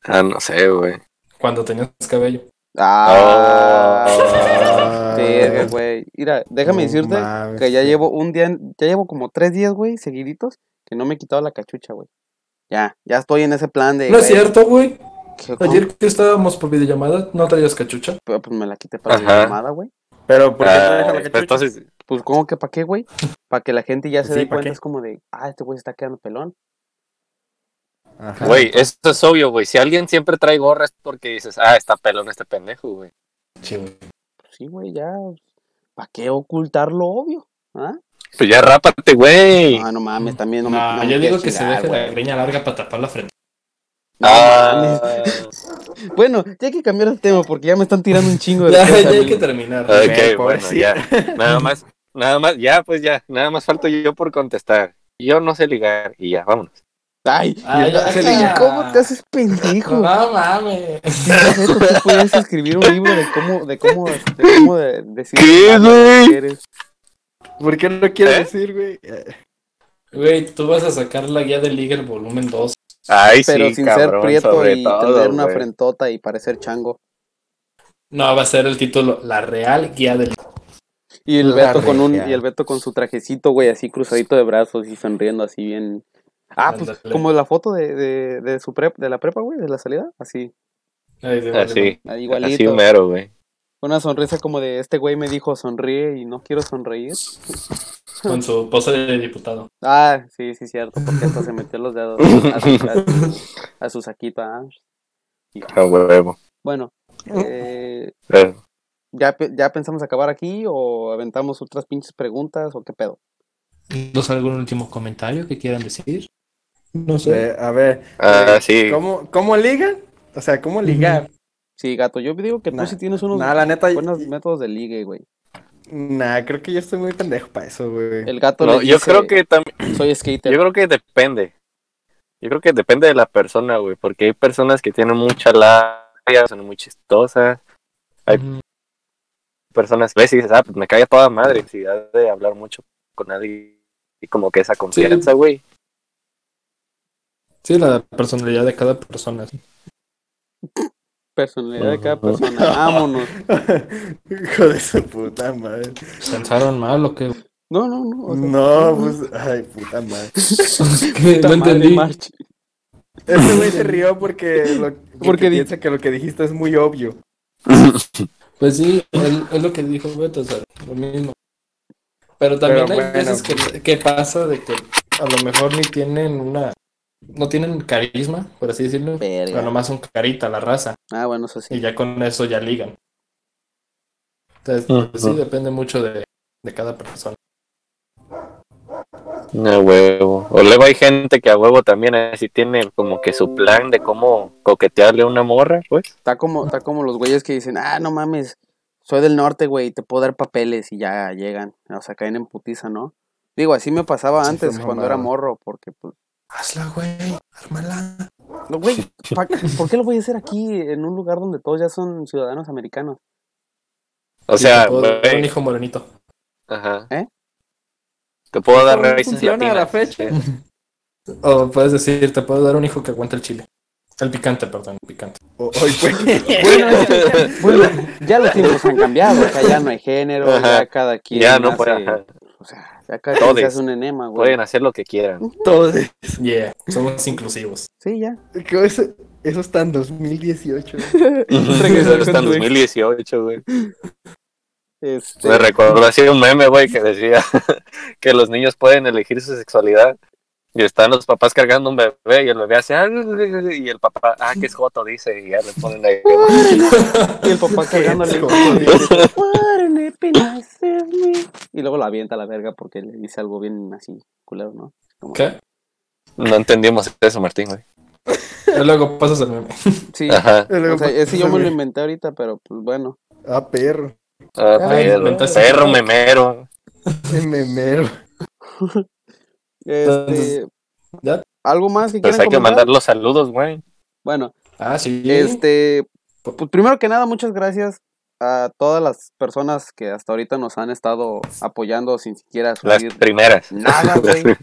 Speaker 3: Ah, no sé, güey.
Speaker 2: Cuando tenías cabello.
Speaker 1: Ah,
Speaker 4: Ah,
Speaker 1: verga, güey. Mira, déjame
Speaker 4: no
Speaker 1: decirte
Speaker 4: mames.
Speaker 1: que ya llevo un día, en- ya llevo como tres días, güey, seguiditos, que no me he quitado la cachucha, güey. Ya, ya estoy en ese plan de.
Speaker 2: No es
Speaker 1: güey,
Speaker 2: cierto, güey.
Speaker 1: que- ¿cómo?
Speaker 2: Ayer que estábamos por videollamada, ¿no traías cachucha?
Speaker 1: Pero, Pues me la quité para
Speaker 3: Ajá.
Speaker 1: la llamada, güey.
Speaker 4: Pero, ¿por qué te
Speaker 3: Ah,
Speaker 4: deja la
Speaker 3: pues
Speaker 4: cachucha?
Speaker 3: entonces,
Speaker 1: Pues, ¿cómo que para qué, güey? Para que la gente ya se
Speaker 4: Sí,
Speaker 1: dé
Speaker 4: ¿pa'
Speaker 1: cuenta,
Speaker 4: qué?
Speaker 1: es como de, ah, este güey se está quedando pelón.
Speaker 4: Ajá.
Speaker 3: güey, esto es obvio, güey. Si alguien siempre trae gorra es porque dices, ah, está pelón este pendejo, güey.
Speaker 2: Sí, güey.
Speaker 1: Pues sí, güey, ya. ¿Para qué ocultar lo obvio? ¿Ah?
Speaker 3: Pues ya rápate, güey.
Speaker 1: Ah, no mames, también no, me-
Speaker 2: Ah,
Speaker 1: no me.
Speaker 2: yo
Speaker 1: quiero
Speaker 2: digo que se
Speaker 1: chingar,
Speaker 2: deje
Speaker 1: güey.
Speaker 2: la greña larga para tapar la frente.
Speaker 1: No
Speaker 3: Ah,
Speaker 1: mames. Bueno, ya hay que cambiar el tema porque ya me están tirando un chingo de
Speaker 2: Ya,
Speaker 1: cosas
Speaker 2: ya
Speaker 1: a
Speaker 2: hay
Speaker 1: mí.
Speaker 2: que terminar.
Speaker 3: ok,
Speaker 4: Güey,
Speaker 3: bueno,
Speaker 4: pobrecito.
Speaker 3: ya. Nada más, nada más, ya, pues ya. Nada más falto yo por contestar. Yo no sé ligar y ya, vámonos.
Speaker 1: Ay,
Speaker 3: Ah,
Speaker 2: Ay,
Speaker 1: mira,
Speaker 2: Ángela.
Speaker 1: Ángela, ¿cómo te haces pendejo?
Speaker 2: No mames.
Speaker 1: Tú puedes escribir un libro de cómo, de cómo, de cómo de- decir
Speaker 3: ¿Qué,
Speaker 1: a las
Speaker 3: güey?
Speaker 1: mujeres.
Speaker 4: ¿Por qué no quieres
Speaker 3: ¿Eh?
Speaker 4: decir, güey?
Speaker 2: Güey, tú vas a sacar la guía del Liga el volumen 2.
Speaker 3: Ay,
Speaker 1: Pero
Speaker 3: sí,
Speaker 1: sin
Speaker 3: cabrón,
Speaker 1: ser prieto
Speaker 3: sobre
Speaker 1: y
Speaker 3: todo,
Speaker 1: tener una
Speaker 3: güey.
Speaker 1: frentota y parecer chango.
Speaker 2: No, va a ser el título, la real guía del
Speaker 1: Y el
Speaker 4: La
Speaker 1: Beto con un,
Speaker 4: regia.
Speaker 1: y el Beto con su trajecito, güey, así cruzadito de brazos y sonriendo así bien. Ah, pues
Speaker 2: Ándale.
Speaker 1: como la foto de, de, de su prep, de la prepa, güey, de la salida, así,
Speaker 2: Ay,
Speaker 1: Ah,
Speaker 2: de-
Speaker 3: Así,
Speaker 1: igualito.
Speaker 3: así mero, güey.
Speaker 1: Una sonrisa como de este güey me dijo sonríe y no quiero sonreír.
Speaker 2: Con su pose de diputado.
Speaker 1: Ah, sí, sí, cierto, porque hasta se metió los dedos a su, a su- a su saquito. ah.
Speaker 3: A huevo.
Speaker 1: Bueno, eh,
Speaker 3: Eh,
Speaker 1: ¿ya, pe- ¿ya pensamos acabar aquí o aventamos otras pinches preguntas o qué pedo?
Speaker 2: ¿Los algún último comentario que quieran decir? No sé.
Speaker 4: Eh, a ver,
Speaker 3: Ah,
Speaker 4: eh,
Speaker 3: sí.
Speaker 4: ¿cómo, ¿cómo ligan? O sea, ¿cómo ligar?
Speaker 1: Sí, gato, yo digo que
Speaker 4: Nah.
Speaker 1: tú sí tienes unos
Speaker 4: Nah, la neta,
Speaker 1: buenos métodos de ligue, güey.
Speaker 4: nah, creo que yo estoy muy pendejo para eso, güey.
Speaker 1: El gato
Speaker 3: No,
Speaker 1: le
Speaker 3: yo
Speaker 1: dice,
Speaker 3: creo que también.
Speaker 1: soy skater.
Speaker 3: Yo creo que depende. Yo creo que depende de la persona, güey. Porque hay personas que tienen mucha labia, son muy chistosas. Ay.
Speaker 2: Mm,
Speaker 3: Personas ves y dices, ah, pues me cae a toda madre. Si has de hablar mucho con alguien y como que esa confianza, güey.
Speaker 2: Sí, la personalidad de cada persona. sí.
Speaker 1: Personalidad de cada
Speaker 2: Ajá.
Speaker 1: persona. Vámonos.
Speaker 4: Hijo de su puta madre.
Speaker 2: ¿Pensaron mal o qué?
Speaker 1: No, no, no. o sea,
Speaker 4: No, pues, ay, puta madre.
Speaker 2: ¿Qué?
Speaker 1: puta
Speaker 2: No
Speaker 1: madre,
Speaker 2: entendí.
Speaker 1: March.
Speaker 4: Ese Este güey se rió porque, lo- porque
Speaker 1: Porque di-
Speaker 4: piensa que lo que dijiste es muy obvio.
Speaker 2: Pues sí, es, es lo que dijo Beto, o sea, lo mismo. Pero también
Speaker 4: Pero
Speaker 2: hay
Speaker 4: bueno.
Speaker 2: veces que, que pasa de que a lo mejor ni tienen una. No tienen carisma, por así decirlo.
Speaker 1: Verga.
Speaker 2: Pero nomás son carita la raza.
Speaker 1: Ah, bueno, eso sí.
Speaker 2: Y ya con eso ya ligan. Entonces, pues sí,
Speaker 3: Ujú.
Speaker 2: depende mucho de, de cada persona.
Speaker 3: A huevo. O luego hay gente que a huevo también así tiene como que su plan de cómo coquetearle a una morra, pues.
Speaker 1: Está como, está como los güeyes que dicen, ah, no mames, soy del norte, güey, te puedo dar papeles y ya llegan. O sea, caen en putiza, ¿no? Digo, así me pasaba
Speaker 5: Sí,
Speaker 1: antes
Speaker 5: fue
Speaker 1: cuando era
Speaker 5: mamada.
Speaker 1: morro, porque pues.
Speaker 2: Hazla, güey. Ármala.
Speaker 1: No, güey, ¿pa- ¿por qué lo voy a hacer aquí en un lugar donde todos ya son ciudadanos americanos?
Speaker 3: O sea,
Speaker 2: un
Speaker 3: güey.
Speaker 2: hijo morenito.
Speaker 3: Ajá.
Speaker 1: ¿Eh?
Speaker 3: Te puedo dar
Speaker 4: Eso no
Speaker 3: raíces
Speaker 4: funciona a la
Speaker 3: latinas.
Speaker 4: fecha.
Speaker 2: O puedes decir, te puedo dar un hijo que aguante el chile. El picante, perdón, el picante.
Speaker 4: O- Hoy fue.
Speaker 1: Bueno, es que- bueno, ya los tiempos han cambiado, o sea, ya no hay género,
Speaker 3: Ajá.
Speaker 1: ya cada quien.
Speaker 3: Ya no
Speaker 1: hace-
Speaker 3: pueden, ajá,
Speaker 1: O sea, ya cada quien se
Speaker 3: Todes.
Speaker 1: hace un enema, güey.
Speaker 3: pueden hacer lo que quieran.
Speaker 4: Todo.
Speaker 2: Yeah, somos inclusivos.
Speaker 1: Sí, ya.
Speaker 4: ¿Cómo Eso, eso está en 2018.
Speaker 1: Regresar
Speaker 3: Está en
Speaker 1: con tu ex.
Speaker 3: 2018, güey.
Speaker 1: Este,
Speaker 3: Me recordó así un meme, güey, que decía que los niños pueden elegir su sexualidad. Y están los papás cargando un bebé y el bebé hace, "Ah", y el papá, ah, que es Joto, dice, y ya le ponen ahí.
Speaker 1: Y el papá cargándole. "Wouldn't it be nice if we-" Y luego la avienta a la verga porque le dice algo bien así, culero, ¿no? Como-
Speaker 2: ¿Qué?
Speaker 3: No entendimos eso, Martín, güey.
Speaker 2: Y luego pasas el meme.
Speaker 1: Sí.
Speaker 3: Ajá.
Speaker 1: O sea, ese yo me
Speaker 4: eh.
Speaker 1: lo inventé ahorita, pero pues bueno.
Speaker 4: Ah, perro.
Speaker 3: Ah,
Speaker 2: Ah,
Speaker 3: perro,
Speaker 2: inventaste.
Speaker 3: perro memero.
Speaker 4: Es memero.
Speaker 1: Este,
Speaker 2: ¿ya?
Speaker 1: ¿Algo más que
Speaker 3: Pues
Speaker 1: quieran
Speaker 3: hay que
Speaker 1: comentar?
Speaker 3: mandar los saludos, güey.
Speaker 1: Bueno,
Speaker 2: Ah, sí.
Speaker 1: Este, pues primero que nada, muchas gracias a todas las personas que hasta ahorita nos han estado apoyando sin siquiera
Speaker 3: Las
Speaker 1: subir
Speaker 3: primeras.
Speaker 1: nada, güey.
Speaker 3: Las-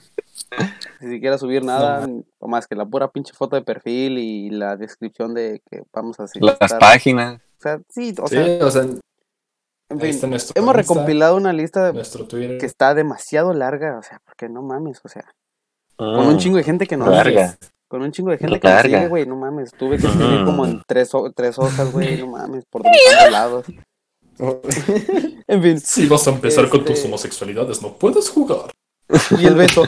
Speaker 1: Sin siquiera subir nada, o más que la pura pinche foto de perfil y la descripción de que vamos a hacer.
Speaker 3: Las
Speaker 1: estar-
Speaker 3: páginas.
Speaker 1: O sea, sí, o
Speaker 2: sí,
Speaker 1: sea,
Speaker 2: o sea,
Speaker 1: en
Speaker 2: ahí
Speaker 1: fin,
Speaker 2: está nuestro
Speaker 1: hemos
Speaker 2: Insta,
Speaker 1: recompilado una lista
Speaker 2: nuestro Twitter.
Speaker 1: que está demasiado larga, o sea, porque no mames, o sea, con
Speaker 3: Mm,
Speaker 1: un chingo de gente que nos
Speaker 3: Larga.
Speaker 1: Con un chingo de gente que me
Speaker 3: Larga.
Speaker 1: sigue, güey, no mames. Tuve que escribir
Speaker 3: Mm.
Speaker 1: como en tres, ho- tres hojas, güey, no mames, por todos lados.
Speaker 4: Oh.
Speaker 1: En fin,
Speaker 2: Si vas a empezar con
Speaker 1: Este-
Speaker 2: tus homosexualidades, no puedes jugar.
Speaker 1: y el Beto.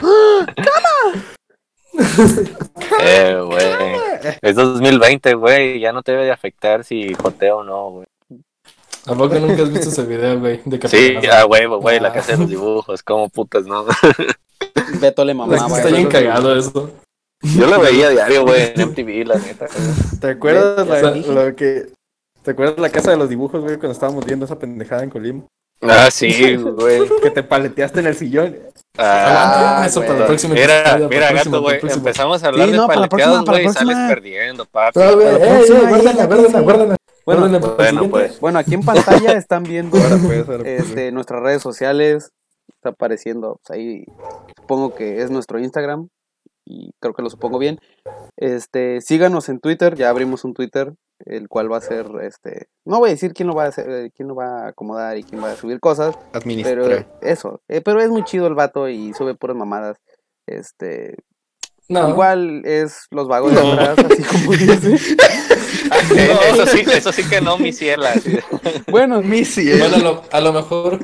Speaker 3: Eh, güey. Es 2020, güey. Ya no te debe de afectar si joteo o no, güey.
Speaker 2: ¿A poco nunca has visto ese video, güey? De
Speaker 3: Sí,
Speaker 2: Capitán
Speaker 3: a huevo, güey. La
Speaker 2: Ah.
Speaker 3: casa de los dibujos. Como putas, ¿no?
Speaker 1: Beto le
Speaker 2: América.
Speaker 1: mamaba.
Speaker 2: Está
Speaker 1: güey.
Speaker 2: bien cagado eso.
Speaker 3: Yo lo veía diario, güey, en MTV, la neta.
Speaker 4: ¿Te acuerdas
Speaker 2: Ya
Speaker 4: la,
Speaker 2: dije.
Speaker 4: lo que... ¿Te acuerdas la casa de los dibujos, güey, cuando estábamos viendo esa pendejada en Colima?
Speaker 3: Ah, sí, güey.
Speaker 4: Que te paleteaste en el sillón.
Speaker 3: Ah,
Speaker 2: eso
Speaker 1: güey.
Speaker 2: para la próxima.
Speaker 3: mira,
Speaker 2: episodio, para
Speaker 3: mira,
Speaker 2: el próximo,
Speaker 3: gato, güey.
Speaker 2: para el próximo.
Speaker 3: Empezamos a hablar
Speaker 1: Sí,
Speaker 3: de
Speaker 1: no, para la
Speaker 3: paleteados,
Speaker 1: próxima, para la
Speaker 3: güey. y Sales
Speaker 1: próxima.
Speaker 3: perdiendo, papi.
Speaker 2: Ah, güey,
Speaker 1: Para la
Speaker 2: eh,
Speaker 1: próxima,
Speaker 2: eh,
Speaker 1: ahí,
Speaker 2: guárdala,
Speaker 1: ahí,
Speaker 2: guárdala,
Speaker 1: ahí.
Speaker 2: guárdala.
Speaker 1: Bueno,
Speaker 2: Guárdala para el
Speaker 3: Bueno,
Speaker 2: siguiente.
Speaker 3: pues.
Speaker 1: Bueno, aquí en pantalla están viendo
Speaker 4: Ahora puedes, ahora puedes.
Speaker 1: este, nuestras redes sociales. Está apareciendo pues, ahí. Supongo que es nuestro Instagram. Y creo que lo supongo bien. Este, síganos en Twitter. Ya abrimos un Twitter. El cual va a ser este. No voy a decir quién lo va a hacer, eh, quién lo va a acomodar y quién va a subir cosas. Pero
Speaker 4: Administra.
Speaker 1: eso. eh, pero es muy chido el vato y sube puras mamadas. Este.
Speaker 2: No,
Speaker 1: Igual es los vagos de atrás, así como dice.
Speaker 3: Ah, eh, Eso sí, eso sí que no, mi ciela.
Speaker 1: Bueno,
Speaker 4: Mi cielo.
Speaker 2: bueno, a lo, a lo mejor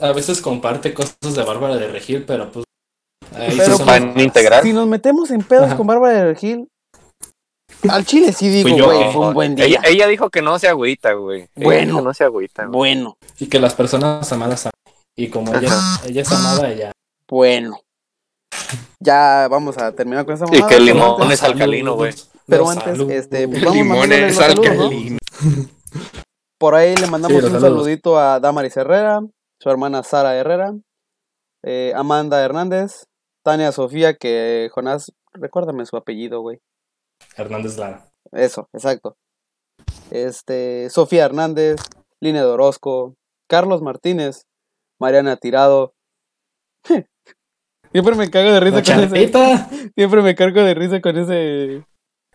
Speaker 2: a veces comparte cosas de Bárbara de Regil, pero pues. Ahí
Speaker 1: Pero, pues,
Speaker 2: son-
Speaker 3: Pan integral.
Speaker 1: si nos metemos en pedos
Speaker 2: Ajá.
Speaker 1: con Bárbara de Gil, al chile sí digo,
Speaker 2: Fui yo,
Speaker 1: güey,
Speaker 2: eh. eh.
Speaker 1: fue un buen día.
Speaker 3: Ella, ella dijo que no se agüita, güey. Ella
Speaker 1: Bueno.
Speaker 3: dijo que no se agüita, güey.
Speaker 1: Bueno,
Speaker 2: Y que las personas amadas aman. Y como ella, ella es amada, ella
Speaker 1: bueno. Ya vamos a terminar con esta
Speaker 3: Y
Speaker 1: mamada.
Speaker 3: que el
Speaker 1: pero
Speaker 3: limón
Speaker 1: antes-
Speaker 3: es alcalino, güey.
Speaker 1: Pero
Speaker 2: La
Speaker 1: antes,
Speaker 2: salud.
Speaker 1: este, pues vamos mandándole
Speaker 4: Limones
Speaker 1: los saludos, ¿no?
Speaker 4: alcalino.
Speaker 1: Por ahí le mandamos
Speaker 2: Sí, los
Speaker 1: un
Speaker 2: saludos.
Speaker 1: saludito a Damaris Herrera, su hermana Sara Herrera, eh, Amanda Hernández, Tania Sofía, que Jonás, recuérdame su apellido, güey.
Speaker 2: Hernández Lara.
Speaker 1: Eso, exacto. Este, Sofía Hernández, Lina de Orozco, Carlos Martínez, Mariana Tirado. Siempre me cago de risa
Speaker 2: La
Speaker 1: con ese.
Speaker 2: charpita.
Speaker 1: Siempre me cargo de risa con ese.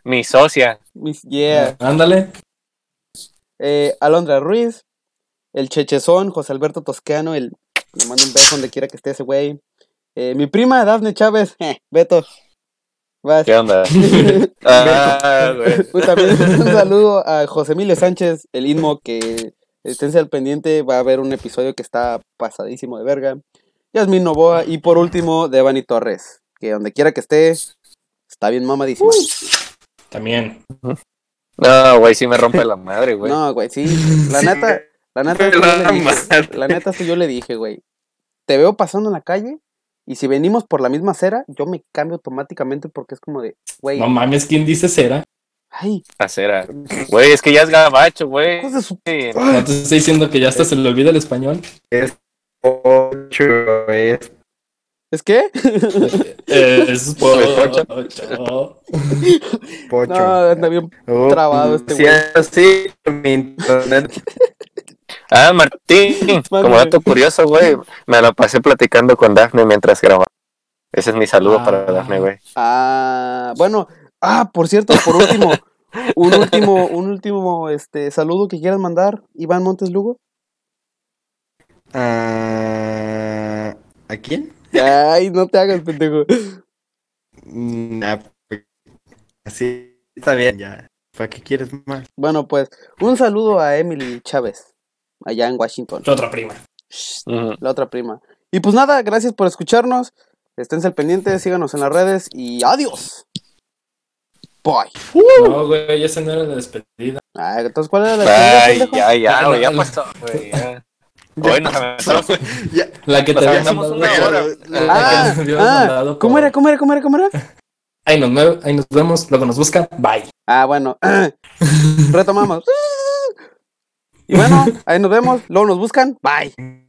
Speaker 3: Mi socia.
Speaker 1: mis- Yeah.
Speaker 2: Ah. Ándale.
Speaker 1: Eh, Alondra Ruiz, el Chechezón, José Alberto Toscano, el le mando un beso donde quiera que esté ese güey. Eh, mi prima Dafne Chávez, eh, Beto. Vas.
Speaker 3: ¿Qué onda? ah, güey.
Speaker 1: Pues también un saludo a José Emilio Sánchez, el Inmo, que esténse al pendiente, va a haber un episodio que está pasadísimo de verga. Yasmin Novoa y por último, Devani Torres, que donde quiera que esté, está bien mamadísima.
Speaker 2: También.
Speaker 3: No, güey, sí me rompe la madre, güey.
Speaker 1: No, güey, sí. La neta, la neta, es que yo le dije, la neta es que yo le dije, güey, te veo pasando en la calle y si venimos por la misma acera, yo me cambio automáticamente porque es como de, güey,
Speaker 2: No mames, ¿quién dice cera?
Speaker 1: ay,
Speaker 3: Acera. Güey, es que ya es gabacho, güey.
Speaker 1: hijos de su-
Speaker 3: Sí,
Speaker 2: No te estoy diciendo que ya hasta se le olvida el español.
Speaker 4: Ocho, es
Speaker 1: ¿Es qué?
Speaker 2: Eh, es Ocho.
Speaker 4: pocho.
Speaker 1: No, está bien
Speaker 4: Oh,
Speaker 1: trabado este
Speaker 4: si
Speaker 1: güey.
Speaker 4: es así, mi internet
Speaker 3: Ah, Martín, como dato curioso, güey, me la pasé platicando con Dafne mientras grababa. Ese es mi saludo
Speaker 2: Ah.
Speaker 3: para Dafne, güey.
Speaker 1: Ah, bueno, ah, por cierto, por último, un último, un último este saludo que quieras mandar, Iván Montes Lugo.
Speaker 4: Ah, ¿A quién?
Speaker 1: Ay, no te hagas, pendejo.
Speaker 4: Nah, pues, así está bien ya. ¿Para qué quieres más?
Speaker 1: Bueno, pues, un saludo a Emily Chávez, allá en Washington.
Speaker 2: Otra prima.
Speaker 3: Ujú.
Speaker 1: La otra prima. Y pues nada, gracias por escucharnos. Esténse al pendiente, síganos en las redes y adiós. Bye.
Speaker 2: No, güey, esa no era la despedida.
Speaker 1: Ah, entonces, ¿cuál era la
Speaker 3: Ay,
Speaker 1: pendejo?
Speaker 3: ya, ya, güey, ya
Speaker 2: Ya
Speaker 3: pasó, güey. ya. Hoy nos aventamos
Speaker 2: La que te
Speaker 3: Nos
Speaker 2: había
Speaker 3: aventamos
Speaker 2: mandado.
Speaker 3: una hora.
Speaker 1: Ah,
Speaker 2: La que te habías
Speaker 1: ah,
Speaker 2: mandado
Speaker 1: ¿Cómo
Speaker 2: por-
Speaker 1: era? ¿Cómo era? ¿Cómo era? ¿Cómo era?
Speaker 2: Ahí nos, ve- ahí nos vemos, luego nos busca. Bye.
Speaker 1: Ah, bueno.
Speaker 4: Ah,
Speaker 1: Retomamos. Y bueno, ahí nos vemos. Luego nos buscan. Bye.